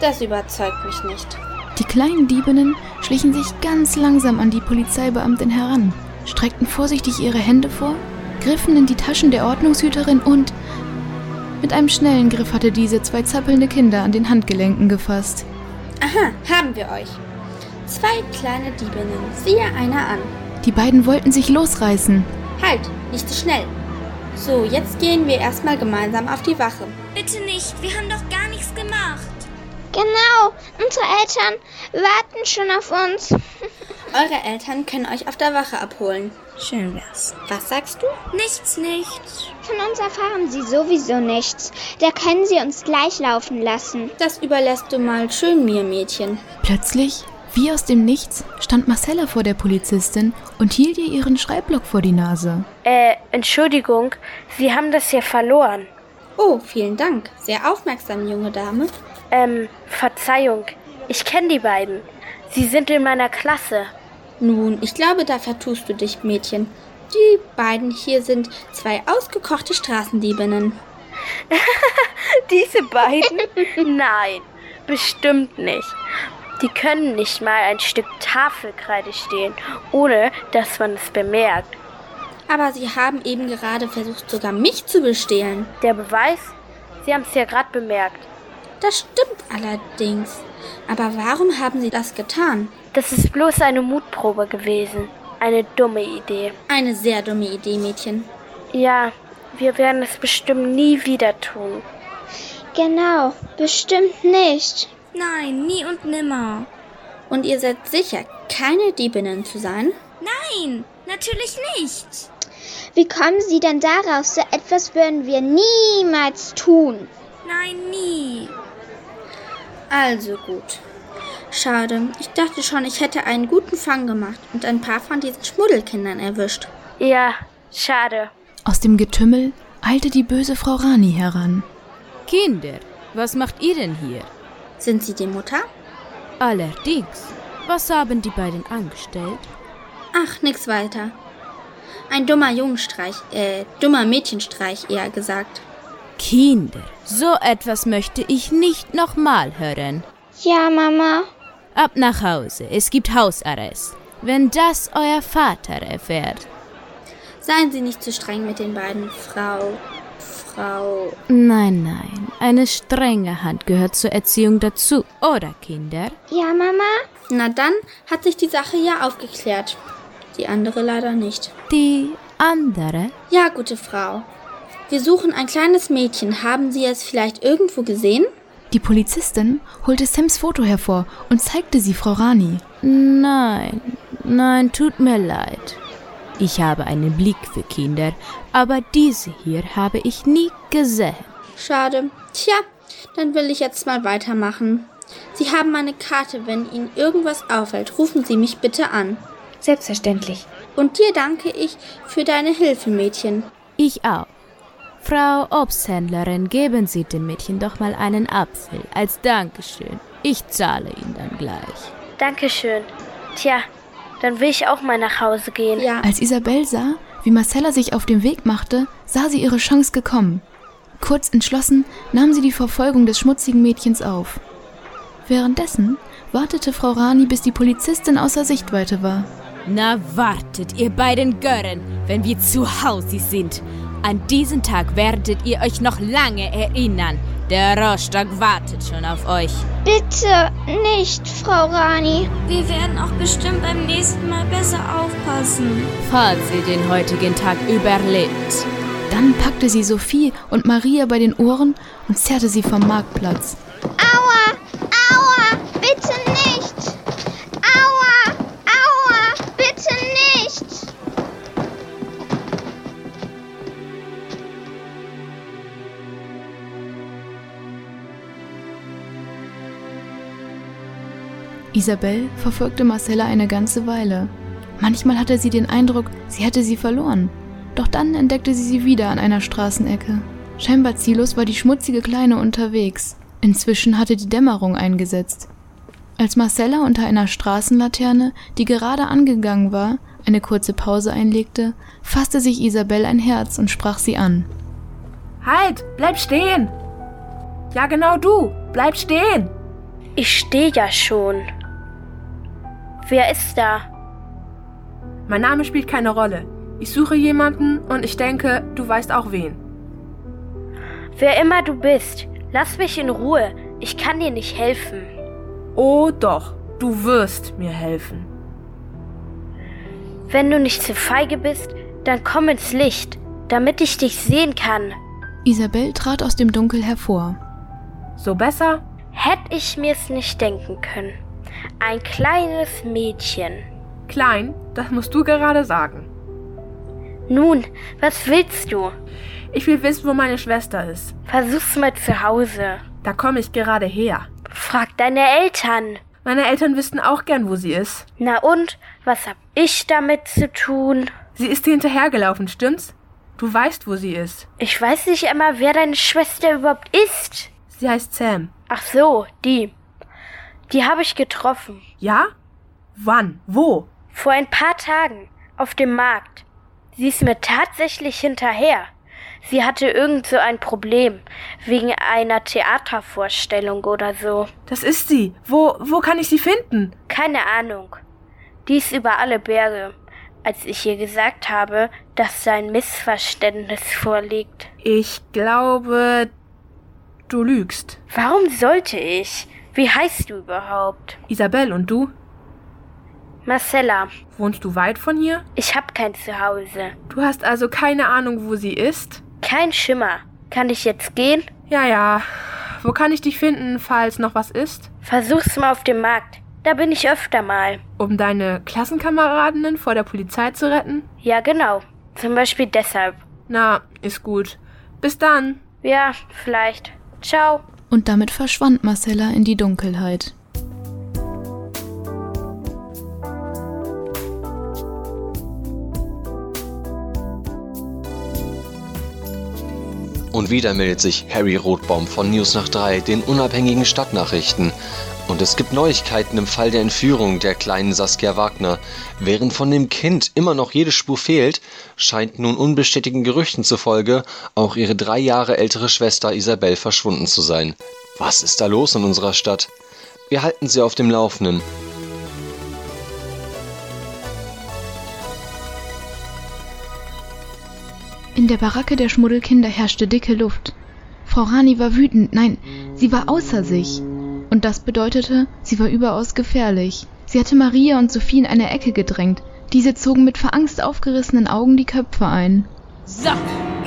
Speaker 1: Das überzeugt mich nicht.
Speaker 5: Die kleinen Diebinnen schlichen sich ganz langsam an die Polizeibeamtin heran, streckten vorsichtig ihre Hände vor, griffen in die Taschen der Ordnungshüterin und mit einem schnellen Griff hatte diese zwei zappelnde Kinder an den Handgelenken gefasst.
Speaker 1: Aha, haben wir euch. Zwei kleine Diebinnen, siehe einer an.
Speaker 5: Die beiden wollten sich losreißen.
Speaker 1: Halt, nicht zu so schnell. So, jetzt gehen wir erstmal gemeinsam auf die Wache.
Speaker 31: Bitte nicht, wir haben doch gar nichts gemacht.
Speaker 29: Genau, unsere Eltern warten schon auf uns.
Speaker 1: Eure Eltern können euch auf der Wache abholen.
Speaker 31: Schön wär's.
Speaker 1: Was sagst du?
Speaker 31: Nichts, nichts.
Speaker 29: Von uns erfahren sie sowieso nichts. Da können sie uns gleich laufen lassen.
Speaker 1: Das überlässt du mal schön mir, Mädchen.
Speaker 5: Plötzlich, wie aus dem Nichts, stand Marcella vor der Polizistin und hielt ihr ihren Schreibblock vor die Nase.
Speaker 30: Äh, Entschuldigung, Sie haben das hier verloren.
Speaker 1: Oh, vielen Dank. Sehr aufmerksam, junge Dame.
Speaker 30: Ähm, Verzeihung. Ich kenne die beiden. Sie sind in meiner Klasse.
Speaker 1: Nun, ich glaube, da vertust du dich, Mädchen. Die beiden hier sind zwei ausgekochte Straßendiebinnen.
Speaker 30: Diese beiden? Nein, bestimmt nicht.
Speaker 1: Die können nicht mal ein Stück Tafelkreide stehen, ohne dass man es bemerkt.
Speaker 2: Aber sie haben eben gerade versucht, sogar mich zu bestehlen.
Speaker 1: Der Beweis? Sie haben es ja gerade bemerkt.
Speaker 2: Das stimmt allerdings. Aber warum haben sie das getan?
Speaker 1: Das ist bloß eine Mutprobe gewesen. Eine dumme Idee.
Speaker 2: Eine sehr dumme Idee, Mädchen.
Speaker 1: Ja, wir werden es bestimmt nie wieder tun.
Speaker 21: Genau, bestimmt nicht.
Speaker 2: Nein, nie und nimmer. Und ihr seid sicher, keine Diebinnen zu sein? Nein, natürlich nicht.
Speaker 21: Wie kommen Sie denn darauf? So etwas würden wir niemals tun.
Speaker 2: Nein, nie. Also gut. Schade, ich dachte schon, ich hätte einen guten Fang gemacht und ein paar von diesen Schmuddelkindern erwischt.
Speaker 1: Ja, schade.
Speaker 5: Aus dem Getümmel eilte die böse Frau Rani heran.
Speaker 32: Kinder, was macht ihr denn hier?
Speaker 2: Sind Sie die Mutter?
Speaker 13: Allerdings. Was haben die beiden angestellt?
Speaker 2: Ach, nix weiter. Ein dummer Jungenstreich, äh, dummer Mädchenstreich eher gesagt.
Speaker 13: Kinder, so etwas möchte ich nicht nochmal hören.
Speaker 21: Ja, Mama.
Speaker 13: Ab nach Hause, es gibt Hausarrest. Wenn das euer Vater erfährt.
Speaker 2: Seien Sie nicht zu streng mit den beiden, Frau. Frau.
Speaker 13: Nein, nein, eine strenge Hand gehört zur Erziehung dazu, oder Kinder?
Speaker 21: Ja, Mama.
Speaker 2: Na dann hat sich die Sache ja aufgeklärt. Die andere leider nicht.
Speaker 13: Die andere?
Speaker 2: Ja, gute Frau. Wir suchen ein kleines Mädchen. Haben Sie es vielleicht irgendwo gesehen?
Speaker 5: Die Polizistin holte Sams Foto hervor und zeigte sie Frau Rani.
Speaker 13: Nein, nein, tut mir leid. Ich habe einen Blick für Kinder, aber diese hier habe ich nie gesehen.
Speaker 2: Schade. Tja, dann will ich jetzt mal weitermachen. Sie haben meine Karte, wenn Ihnen irgendwas auffällt, rufen Sie mich bitte an.
Speaker 25: Selbstverständlich.
Speaker 2: Und dir danke ich für deine Hilfe, Mädchen.
Speaker 13: Ich auch. Frau Obsthändlerin, geben Sie dem Mädchen doch mal einen Apfel als Dankeschön. Ich zahle ihn dann gleich.
Speaker 1: Dankeschön. Tja, dann will ich auch mal nach Hause gehen.
Speaker 2: Ja.
Speaker 5: Als Isabel sah, wie Marcella sich auf den Weg machte, sah sie ihre Chance gekommen. Kurz entschlossen nahm sie die Verfolgung des schmutzigen Mädchens auf. Währenddessen wartete Frau Rani, bis die Polizistin außer Sichtweite war.
Speaker 13: Na wartet, ihr beiden Gören, wenn wir zu Hause sind. An diesen Tag werdet ihr euch noch lange erinnern. Der Rostock wartet schon auf euch.
Speaker 21: Bitte nicht, Frau Rani.
Speaker 2: Wir werden auch bestimmt beim nächsten Mal besser aufpassen.
Speaker 13: Falls ihr den heutigen Tag überlebt.
Speaker 5: Dann packte sie Sophie und Maria bei den Ohren und zerrte sie vom Marktplatz.
Speaker 21: Aua, aua, bitte nicht. Aua, aua, bitte nicht.
Speaker 5: Isabel verfolgte Marcella eine ganze Weile. Manchmal hatte sie den Eindruck, sie hätte sie verloren. Doch dann entdeckte sie sie wieder an einer Straßenecke. Scheinbar ziellos war die schmutzige Kleine unterwegs. Inzwischen hatte die Dämmerung eingesetzt. Als Marcella unter einer Straßenlaterne, die gerade angegangen war, eine kurze Pause einlegte, fasste sich Isabel ein Herz und sprach sie an.
Speaker 8: Halt, bleib stehen! Ja, genau du, bleib stehen!
Speaker 1: Ich stehe ja schon. Wer ist da?
Speaker 8: Mein Name spielt keine Rolle. Ich suche jemanden und ich denke, du weißt auch wen.
Speaker 1: Wer immer du bist, lass mich in Ruhe. Ich kann dir nicht helfen.
Speaker 8: Oh doch, du wirst mir helfen.
Speaker 1: Wenn du nicht zu feige bist, dann komm ins Licht, damit ich dich sehen kann.
Speaker 5: Isabel trat aus dem Dunkel hervor.
Speaker 8: So besser?
Speaker 1: Hätte ich mir's nicht denken können. Ein kleines Mädchen.
Speaker 8: Klein, das musst du gerade sagen.
Speaker 1: Nun, was willst du?
Speaker 8: Ich will wissen, wo meine Schwester ist.
Speaker 1: Versuch's mal zu Hause.
Speaker 8: Da komme ich gerade her.
Speaker 1: Frag deine Eltern.
Speaker 8: Meine Eltern wüssten auch gern, wo sie ist.
Speaker 1: Na und, was hab ich damit zu tun?
Speaker 8: Sie ist dir hinterhergelaufen, stimmt's? Du weißt, wo sie ist.
Speaker 1: Ich weiß nicht einmal, wer deine Schwester überhaupt ist.
Speaker 8: Sie heißt Sam.
Speaker 1: Ach so, die. Die habe ich getroffen.
Speaker 8: Ja? Wann? Wo?
Speaker 1: Vor ein paar Tagen. Auf dem Markt. Sie ist mir tatsächlich hinterher. Sie hatte irgend so ein Problem wegen einer Theatervorstellung oder so.
Speaker 8: Das ist sie. Wo, wo kann ich sie finden?
Speaker 1: Keine Ahnung. Dies über alle Berge, als ich ihr gesagt habe, dass da ein Missverständnis vorliegt.
Speaker 8: Ich glaube, du lügst.
Speaker 1: Warum sollte ich? Wie heißt du überhaupt?
Speaker 8: Isabel, und du?
Speaker 1: Marcella.
Speaker 8: Wohnst du weit von hier?
Speaker 1: Ich hab kein Zuhause.
Speaker 8: Du hast also keine Ahnung, wo sie ist?
Speaker 1: Kein Schimmer. Kann ich jetzt gehen?
Speaker 8: Ja, ja. Wo kann ich dich finden, falls noch was ist?
Speaker 1: Versuch's mal auf dem Markt. Da bin ich öfter mal.
Speaker 8: Um deine Klassenkameradinnen vor der Polizei zu retten?
Speaker 1: Ja, genau. Zum Beispiel deshalb.
Speaker 8: Na, ist gut. Bis dann.
Speaker 1: Ja, vielleicht. Ciao.
Speaker 5: Und damit verschwand Marcella in die Dunkelheit.
Speaker 9: Und wieder meldet sich Harry Rotbaum von News nach 3, den unabhängigen Stadtnachrichten. Und es gibt Neuigkeiten im Fall der Entführung der kleinen Saskia Wagner. Während von dem Kind immer noch jede Spur fehlt, scheint nun unbestätigten Gerüchten zufolge auch ihre drei Jahre ältere Schwester Isabel verschwunden zu sein. Was ist da los in unserer Stadt? Wir halten sie auf dem Laufenden.
Speaker 5: In der Baracke der Schmuddelkinder herrschte dicke Luft. Frau Rani war wütend, nein, sie war außer sich. Und das bedeutete, sie war überaus gefährlich. Sie hatte Maria und Sophie in eine Ecke gedrängt. Diese zogen mit verangst aufgerissenen Augen die Köpfe ein.
Speaker 33: So,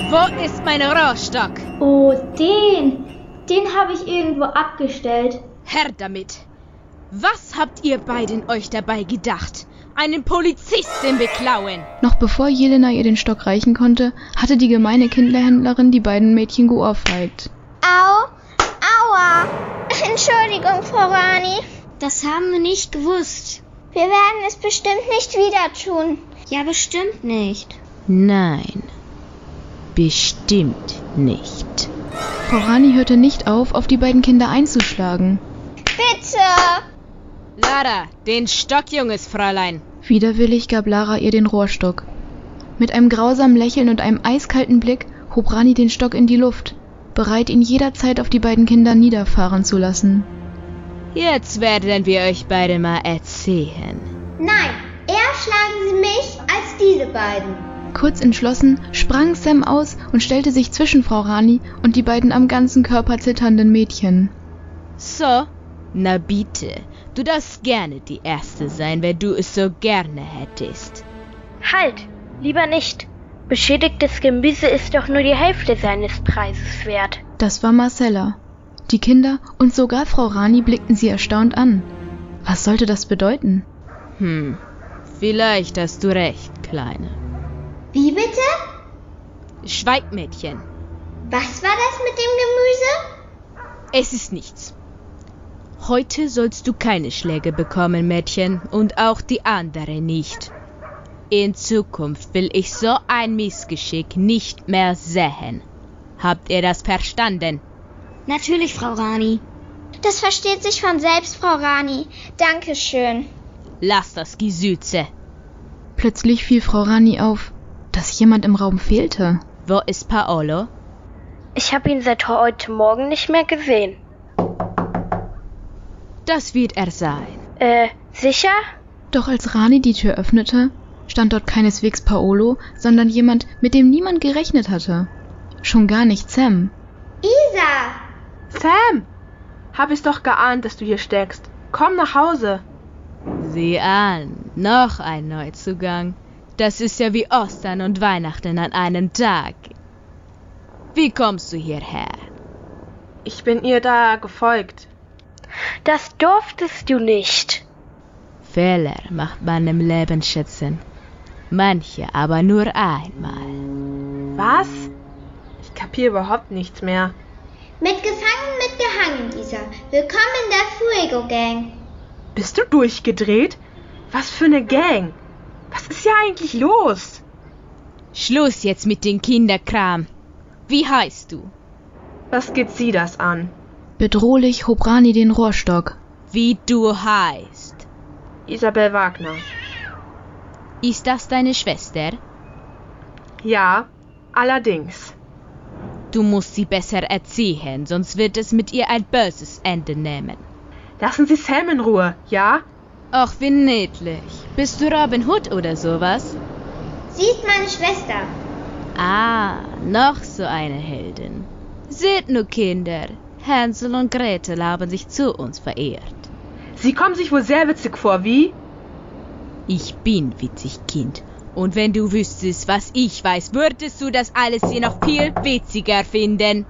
Speaker 33: wo ist mein Rohrstock?
Speaker 21: Oh, den! Den habe ich irgendwo abgestellt.
Speaker 33: Herr damit! Was habt ihr beiden euch dabei gedacht? einen Polizisten beklauen.
Speaker 5: Noch bevor Jelena ihr den Stock reichen konnte, hatte die gemeine Kinderhändlerin die beiden Mädchen geohrfeigt.
Speaker 7: Au, aua. Entschuldigung, Frau Rani.
Speaker 2: Das haben wir nicht gewusst.
Speaker 7: Wir werden es bestimmt nicht wieder tun.
Speaker 2: Ja, bestimmt nicht.
Speaker 13: Nein, bestimmt nicht.
Speaker 5: Frau Rani hörte nicht auf, auf die beiden Kinder einzuschlagen.
Speaker 7: Bitte!
Speaker 33: Lara, den Stock, junges Fräulein.
Speaker 5: Widerwillig gab Lara ihr den Rohrstock. Mit einem grausamen Lächeln und einem eiskalten Blick hob Rani den Stock in die Luft, bereit, ihn jederzeit auf die beiden Kinder niederfahren zu lassen.
Speaker 13: Jetzt werden wir euch beide mal erzählen.
Speaker 7: Nein, eher schlagen Sie mich als diese beiden.
Speaker 5: Kurz entschlossen sprang Sam aus und stellte sich zwischen Frau Rani und die beiden am ganzen Körper zitternden Mädchen.
Speaker 13: So, na bitte, Du darfst gerne die Erste sein, wenn du es so gerne hättest.
Speaker 1: Halt! Lieber nicht. Beschädigtes Gemüse ist doch nur die Hälfte seines Preises wert.
Speaker 5: Das war Marcella. Die Kinder und sogar Frau Rani blickten sie erstaunt an. Was sollte das bedeuten?
Speaker 13: Hm, vielleicht hast du recht, Kleine.
Speaker 7: Wie bitte?
Speaker 13: Schweig, Mädchen.
Speaker 7: Was war das mit dem
Speaker 13: Gemüse? Es ist nichts. Heute sollst du keine Schläge bekommen, Mädchen, und auch die andere nicht. In Zukunft will ich so ein Missgeschick nicht mehr sehen. Habt ihr das verstanden?
Speaker 2: Natürlich, Frau Rani.
Speaker 7: Das versteht sich von selbst, Frau Rani. Dankeschön.
Speaker 13: Lass das Gesüze.
Speaker 5: Plötzlich fiel Frau Rani auf, dass jemand im Raum fehlte.
Speaker 13: Wo ist Paolo?
Speaker 1: Ich habe ihn seit heute Morgen nicht mehr gesehen.
Speaker 13: Das wird er sein.
Speaker 1: Äh, sicher?
Speaker 5: Doch als Rani die Tür öffnete, stand dort keineswegs Paolo, sondern jemand, mit dem niemand gerechnet hatte. Schon gar nicht Sam.
Speaker 7: Isa!
Speaker 8: Sam! Hab es doch geahnt, dass du hier steckst. Komm nach Hause.
Speaker 13: Sieh an, noch ein Neuzugang. Das ist ja wie Ostern und Weihnachten an einem Tag. Wie kommst du hierher?
Speaker 8: Ich bin ihr da gefolgt.
Speaker 1: Das durftest du nicht.
Speaker 13: Fehler macht man im Leben, Schätzen. Manche aber nur einmal.
Speaker 8: Was? Ich kapiere überhaupt nichts mehr.
Speaker 7: Mitgefangen, mitgehangen, Isa. Willkommen in der Fuego Gang.
Speaker 8: Bist du durchgedreht? Was für eine Gang? Was ist ja eigentlich los?
Speaker 13: Schluss jetzt mit dem Kinderkram. Wie heißt du?
Speaker 8: Was geht sie das an?
Speaker 5: Bedrohlich hob Rani den Rohrstock.
Speaker 13: Wie du heißt.
Speaker 8: Isabel Wagner.
Speaker 13: Ist das deine Schwester?
Speaker 8: Ja, allerdings.
Speaker 13: Du musst sie besser erziehen, sonst wird es mit ihr ein böses Ende nehmen.
Speaker 34: Lassen Sie Sam in Ruhe, ja?
Speaker 13: Ach, wie niedlich. Bist du Robin Hood oder sowas?
Speaker 7: Sie ist meine Schwester.
Speaker 13: Ah, noch so eine Heldin. Seht nur, Kinder, Hänsel und Gretel haben sich zu uns verehrt.
Speaker 34: Sie kommen sich wohl sehr witzig vor, wie?
Speaker 13: Ich bin witzig, Kind. Und wenn du wüsstest, was ich weiß, würdest du das alles hier noch viel witziger finden.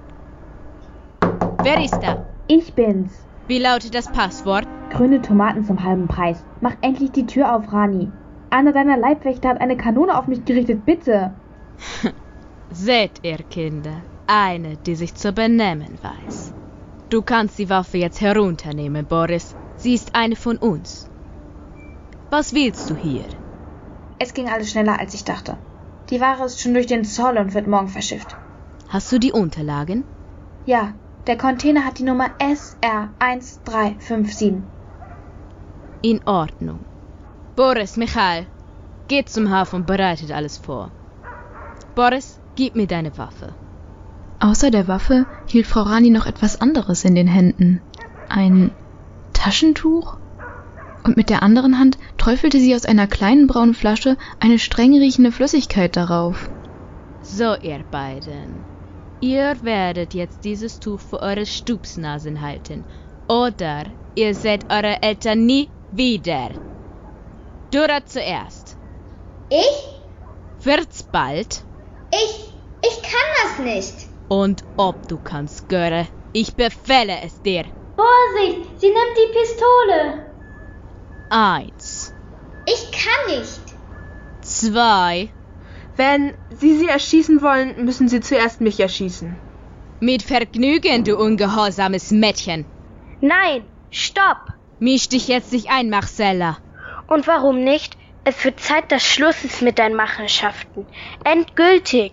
Speaker 13: Wer ist da?
Speaker 8: Ich bin's.
Speaker 13: Wie lautet das Passwort?
Speaker 8: Grüne Tomaten zum halben Preis. Mach endlich die Tür auf, Rani. Einer deiner Leibwächter hat eine Kanone auf mich gerichtet, bitte.
Speaker 13: Seht ihr, Kinder, eine, die sich zu benehmen weiß. Du kannst die Waffe jetzt herunternehmen, Boris. Sie ist eine von uns. Was willst du hier?
Speaker 8: Es ging alles schneller, als ich dachte. Die Ware ist schon durch den Zoll und wird morgen verschifft.
Speaker 13: Hast du die Unterlagen?
Speaker 8: Ja, der Container hat die Nummer SR1357.
Speaker 13: In Ordnung. Boris, Michael, geht zum Hafen und bereitet alles vor. Boris, gib mir deine Waffe.
Speaker 5: Außer der Waffe hielt Frau Rani noch etwas anderes in den Händen. Ein Taschentuch? und mit der anderen Hand träufelte sie aus einer kleinen braunen Flasche eine streng riechende Flüssigkeit darauf.
Speaker 13: So, ihr beiden. Ihr werdet jetzt dieses Tuch vor eure Stupsnasen halten. Oder ihr seht eure Eltern nie wieder. Dora zuerst.
Speaker 7: Ich?
Speaker 13: Wird's bald?
Speaker 7: Ich. Ich kann das nicht.
Speaker 13: Und ob du kannst, Göre. Ich befehle es dir.
Speaker 1: Vorsicht, sie nimmt die Pistole.
Speaker 13: Eins.
Speaker 7: Ich kann nicht.
Speaker 13: Zwei.
Speaker 34: Wenn Sie sie erschießen wollen, müssen Sie zuerst mich erschießen.
Speaker 13: Mit Vergnügen, du ungehorsames Mädchen.
Speaker 35: Nein, stopp.
Speaker 13: Misch dich jetzt nicht ein, Marcella.
Speaker 35: Und warum nicht? Es wird Zeit, dass Schluss ist mit deinen Machenschaften. Endgültig.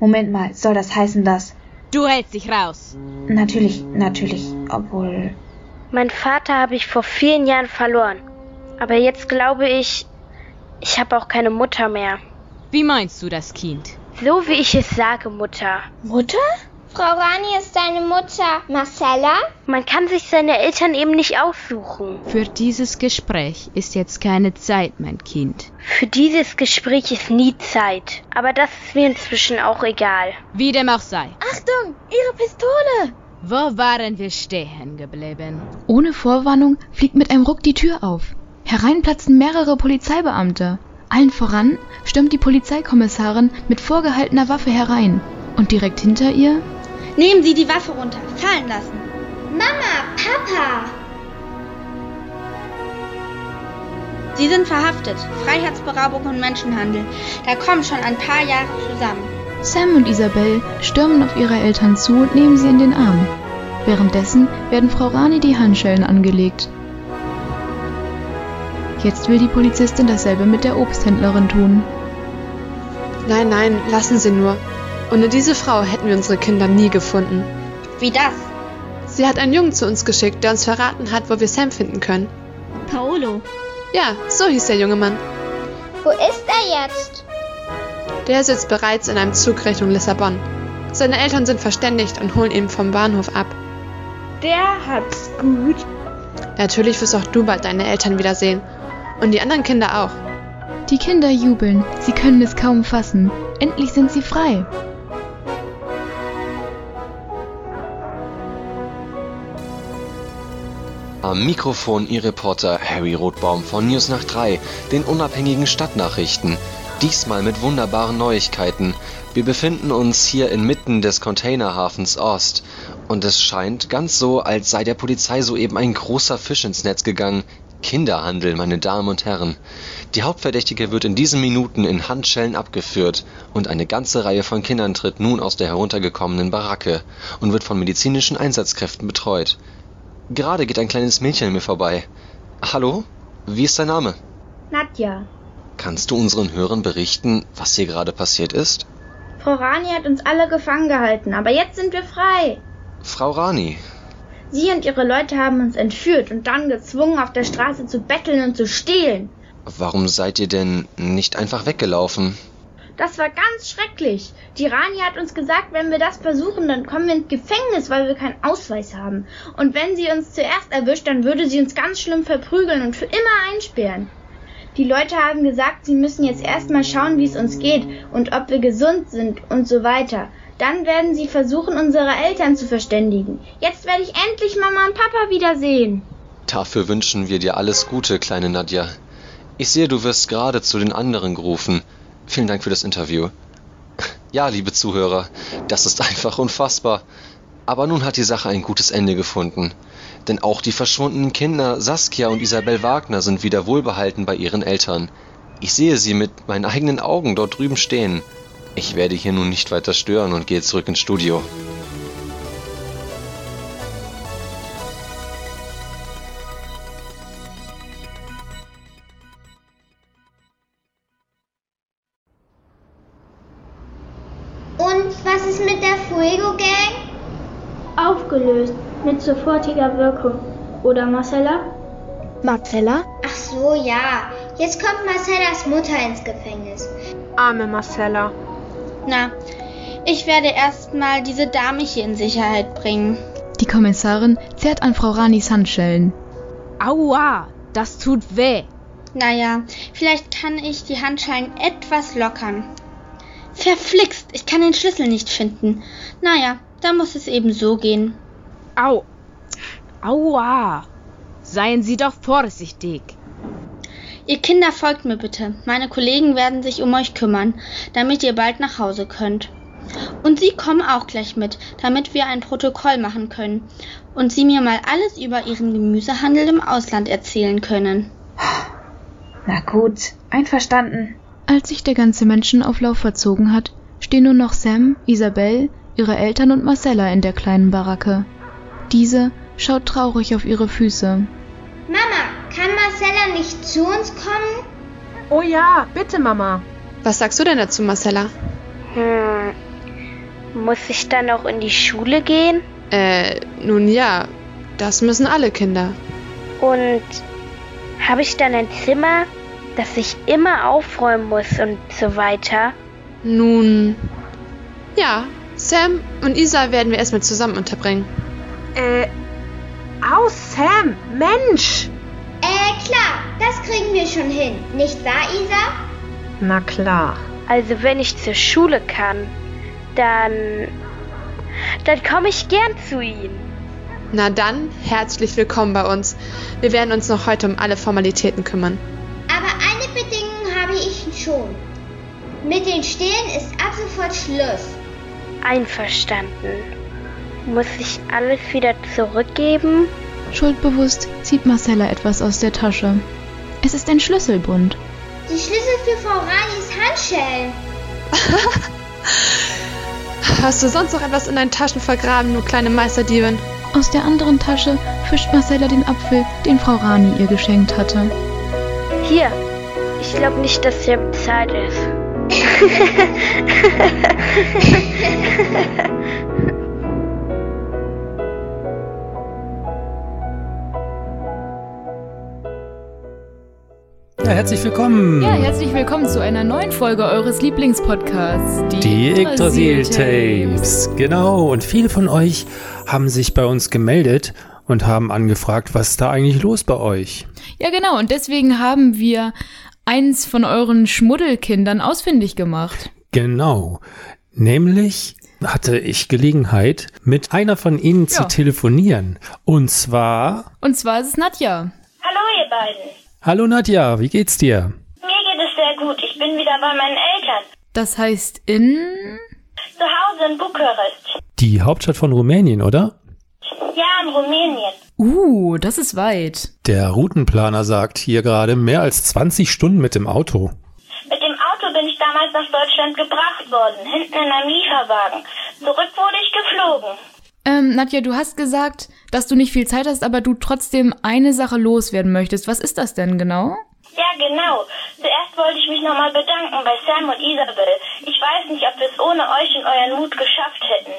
Speaker 8: Moment mal, soll das heißen, dass...
Speaker 13: Du hältst dich raus.
Speaker 8: Natürlich, natürlich, obwohl...
Speaker 35: Mein Vater habe ich vor vielen Jahren verloren. Aber jetzt glaube ich, ich habe auch keine Mutter mehr.
Speaker 13: Wie meinst du das Kind?
Speaker 35: So wie ich es sage, Mutter.
Speaker 1: Mutter?
Speaker 7: Frau Rani ist deine Mutter, Marcella?
Speaker 35: Man kann sich seine Eltern eben nicht aussuchen.
Speaker 13: Für dieses Gespräch ist jetzt keine Zeit, mein Kind.
Speaker 35: Für dieses Gespräch ist nie Zeit. Aber das ist mir inzwischen auch egal.
Speaker 13: Wie dem auch sei.
Speaker 1: Achtung, Ihre Pistole!
Speaker 13: Wo waren wir stehen geblieben?
Speaker 5: Ohne Vorwarnung fliegt mit einem Ruck die Tür auf. Herein platzen mehrere Polizeibeamte. Allen voran stürmt die Polizeikommissarin mit vorgehaltener Waffe herein. Und direkt hinter ihr?
Speaker 1: Nehmen Sie die Waffe runter, fallen lassen.
Speaker 7: Mama, Papa!
Speaker 1: Sie sind verhaftet. Freiheitsberaubung und Menschenhandel. Da kommen schon ein paar Jahre zusammen.
Speaker 5: Sam und Isabel stürmen auf ihre Eltern zu und nehmen sie in den Arm. Währenddessen werden Frau Rani die Handschellen angelegt. Jetzt will die Polizistin dasselbe mit der Obsthändlerin tun.
Speaker 10: Nein, nein, lassen Sie nur. Ohne diese Frau hätten wir unsere Kinder nie gefunden.
Speaker 1: Wie das?
Speaker 10: Sie hat einen Jungen zu uns geschickt, der uns verraten hat, wo wir Sam finden können.
Speaker 36: Paolo.
Speaker 10: Ja, so hieß der junge Mann.
Speaker 7: Wo ist er jetzt?
Speaker 10: Der sitzt bereits in einem Zug Richtung Lissabon. Seine Eltern sind verständigt und holen ihn vom Bahnhof ab.
Speaker 1: Der hat's gut.
Speaker 10: Natürlich wirst auch du bald deine Eltern wiedersehen. Und die anderen Kinder auch.
Speaker 5: Die Kinder jubeln. Sie können es kaum fassen. Endlich sind sie frei.
Speaker 9: Am Mikrofon ihr Reporter Harry Rothbaum von News nach 3, den unabhängigen Stadtnachrichten. Diesmal mit wunderbaren Neuigkeiten. Wir befinden uns hier inmitten des Containerhafens Ost und es scheint ganz so, als sei der Polizei soeben ein großer Fisch ins Netz gegangen. Kinderhandel, meine Damen und Herren. Die Hauptverdächtige wird in diesen Minuten in Handschellen abgeführt und eine ganze Reihe von Kindern tritt nun aus der heruntergekommenen Baracke und wird von medizinischen Einsatzkräften betreut. Gerade geht ein kleines Mädchen mir vorbei. Hallo? Wie ist dein Name?
Speaker 1: Nadja.
Speaker 9: Kannst du unseren Hörern berichten, was hier gerade passiert ist?
Speaker 1: Frau Rani hat uns alle gefangen gehalten, aber jetzt sind wir frei.
Speaker 9: Frau Rani.
Speaker 1: Sie und ihre Leute haben uns entführt und dann gezwungen, auf der Straße zu betteln und zu stehlen.
Speaker 9: Warum seid ihr denn nicht einfach weggelaufen?
Speaker 37: Das war ganz schrecklich. Die Rani hat uns gesagt, wenn wir das versuchen, dann kommen wir ins Gefängnis, weil wir keinen Ausweis haben. Und wenn sie uns zuerst erwischt, dann würde sie uns ganz schlimm verprügeln und für immer einsperren. Die Leute haben gesagt, sie müssen jetzt erstmal schauen, wie es uns geht und ob wir gesund sind und so weiter. Dann werden sie versuchen, unsere Eltern zu verständigen. Jetzt werde ich endlich Mama und Papa wiedersehen.
Speaker 9: Dafür wünschen wir dir alles Gute, kleine Nadja. Ich sehe, du wirst gerade zu den anderen gerufen. Vielen Dank für das Interview. Ja, liebe Zuhörer, das ist einfach unfassbar. Aber nun hat die Sache ein gutes Ende gefunden. Denn auch die verschwundenen Kinder Saskia und Isabel Wagner sind wieder wohlbehalten bei ihren Eltern. Ich sehe sie mit meinen eigenen Augen dort drüben stehen. Ich werde hier nun nicht weiter stören und gehe zurück ins Studio.
Speaker 38: aufgelöst mit sofortiger Wirkung. Oder Marcella?
Speaker 5: Marcella?
Speaker 7: Ach so, ja. Jetzt kommt Marcellas Mutter ins Gefängnis.
Speaker 39: Arme Marcella.
Speaker 1: Na, ich werde erstmal diese Dame hier in Sicherheit bringen.
Speaker 5: Die Kommissarin zerrt an Frau Ranis Handschellen.
Speaker 40: Aua, das tut weh.
Speaker 1: Naja, vielleicht kann ich die Handschellen etwas lockern. Verflixt, ich kann den Schlüssel nicht finden. Naja, da muss es eben so gehen.
Speaker 40: Au. Aua. Seien Sie doch vorsichtig.
Speaker 1: Ihr Kinder folgt mir bitte. Meine Kollegen werden sich um euch kümmern, damit ihr bald nach Hause könnt. Und Sie kommen auch gleich mit, damit wir ein Protokoll machen können und Sie mir mal alles über Ihren Gemüsehandel im Ausland erzählen können.
Speaker 41: Na gut, einverstanden.
Speaker 5: Als sich der ganze Menschenauflauf verzogen hat, stehen nur noch Sam, Isabel, ihre Eltern und Marcella in der kleinen Baracke. Diese schaut traurig auf ihre Füße.
Speaker 7: Mama, kann Marcella nicht zu uns kommen?
Speaker 39: Oh ja, bitte, Mama.
Speaker 10: Was sagst du denn dazu, Marcella?
Speaker 1: Hm. Muss ich dann auch in die Schule gehen?
Speaker 10: Äh, nun ja, das müssen alle Kinder.
Speaker 1: Und habe ich dann ein Zimmer, das ich immer aufräumen muss und so weiter?
Speaker 10: Nun, ja, Sam und Isa werden wir erstmal zusammen unterbringen.
Speaker 39: Äh. Au, Sam! Mensch!
Speaker 7: Äh, klar, das kriegen wir schon hin. Nicht wahr, Isa?
Speaker 39: Na klar.
Speaker 1: Also, wenn ich zur Schule kann, dann. dann komme ich gern zu Ihnen.
Speaker 10: Na dann, herzlich willkommen bei uns. Wir werden uns noch heute um alle Formalitäten kümmern.
Speaker 7: Aber eine Bedingung habe ich schon. Mit den Stehen ist ab sofort Schluss
Speaker 1: einverstanden. Muss ich alles wieder zurückgeben?
Speaker 5: Schuldbewusst zieht Marcella etwas aus der Tasche. Es ist ein Schlüsselbund.
Speaker 7: Die Schlüssel für Frau Ranis Handschellen.
Speaker 10: Hast du sonst noch etwas in deinen Taschen vergraben, du kleine Meisterdiebin?
Speaker 5: Aus der anderen Tasche fischt Marcella den Apfel, den Frau Rani ihr geschenkt hatte.
Speaker 1: Hier, ich glaube nicht, dass hier Zeit ist.
Speaker 3: Ja, herzlich willkommen.
Speaker 5: Ja, herzlich willkommen zu einer neuen Folge eures Lieblingspodcasts,
Speaker 3: die, die Yggdrasil-Tapes. Genau, und viele von euch haben sich bei uns gemeldet und haben angefragt, was ist da eigentlich los bei euch?
Speaker 5: Ja, genau, und deswegen haben wir eins von euren Schmuddelkindern ausfindig gemacht.
Speaker 3: Genau. Nämlich hatte ich Gelegenheit, mit einer von ihnen ja. zu telefonieren. Und zwar.
Speaker 5: Und zwar ist es Nadja.
Speaker 42: Hallo, ihr beiden.
Speaker 3: Hallo, Nadja. Wie geht's dir?
Speaker 42: Mir geht es sehr gut. Ich bin wieder bei meinen Eltern.
Speaker 5: Das heißt in.
Speaker 42: Zu Hause in Bukarest.
Speaker 3: Die Hauptstadt von Rumänien, oder?
Speaker 42: Ja, in Rumänien.
Speaker 5: Uh, das ist weit.
Speaker 3: Der Routenplaner sagt hier gerade mehr als 20 Stunden mit dem Auto.
Speaker 42: Mit dem Auto bin ich damals nach Deutschland gebracht worden, hinten in einem Lieferwagen. Zurück wurde ich geflogen.
Speaker 5: Ähm, Nadja, du hast gesagt, dass du nicht viel Zeit hast, aber du trotzdem eine Sache loswerden möchtest. Was ist das denn genau?
Speaker 42: Ja, genau. Zuerst wollte ich mich nochmal bedanken bei Sam und Isabel. Ich weiß nicht, ob wir es ohne euch und euren Mut geschafft hätten.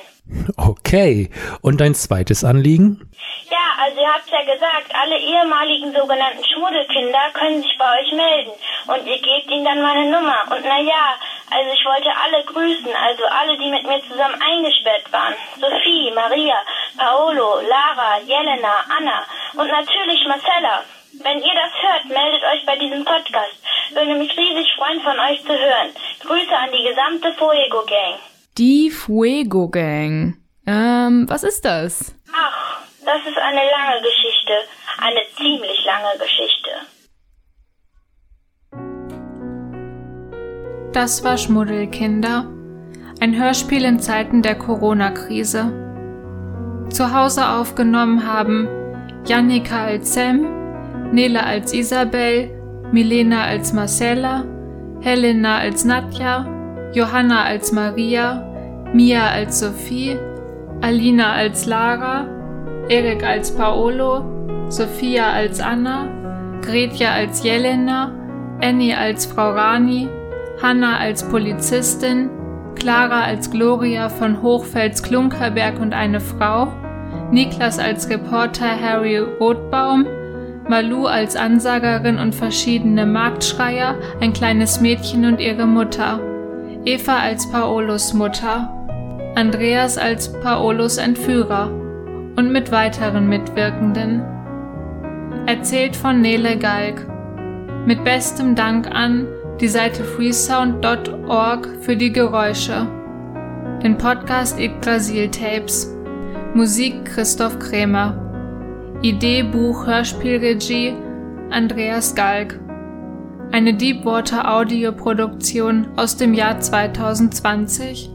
Speaker 3: Okay. Und dein zweites Anliegen?
Speaker 42: Ja, also ihr habt ja gesagt, alle ehemaligen sogenannten Schmuddelkinder können sich bei euch melden und ihr gebt ihnen dann meine Nummer. Und naja, Also ich wollte alle grüßen, also alle, die mit mir zusammen eingesperrt waren. Sophie, Maria, Paolo, Lara, Jelena, Anna und natürlich Marcella. Wenn ihr das hört, meldet euch bei diesem Podcast. Würde mich riesig freuen, von euch zu hören. Grüße an die gesamte Fuego Gang.
Speaker 12: Die Fuego Gang. Ähm, was ist das?
Speaker 42: Ach, das ist eine lange Geschichte. Eine ziemlich lange Geschichte.
Speaker 4: Das war Schmuddelkinder. Ein Hörspiel in Zeiten der Corona-Krise. Zu Hause aufgenommen haben Jannika als Sam, Nele als Isabel, Milena als Marcella, Helena als Nadja, Johanna als Maria, Mia als Sophie, Alina als Lara, Erik als Paolo, Sophia als Anna, Gretja als Jelena, Annie als Frau Rani, Hanna als Polizistin, Clara als Gloria von Hochfels Klunkerberg und eine Frau, Niklas als Reporter Harry Rothbaum, Malu als Ansagerin und verschiedene Marktschreier, ein kleines Mädchen und ihre Mutter, Eva als Paolos Mutter, Andreas als Paolos Entführer und mit weiteren Mitwirkenden. Erzählt von Nele Galg. Mit bestem Dank an die Seite freesound.org für die Geräusche, den Podcast Yggdrasil Tapes, Musik Christoph Krämer, Idee, Buch, Hörspielregie Andreas Galg. Eine Deepwater Audioproduktion aus dem Jahr 2020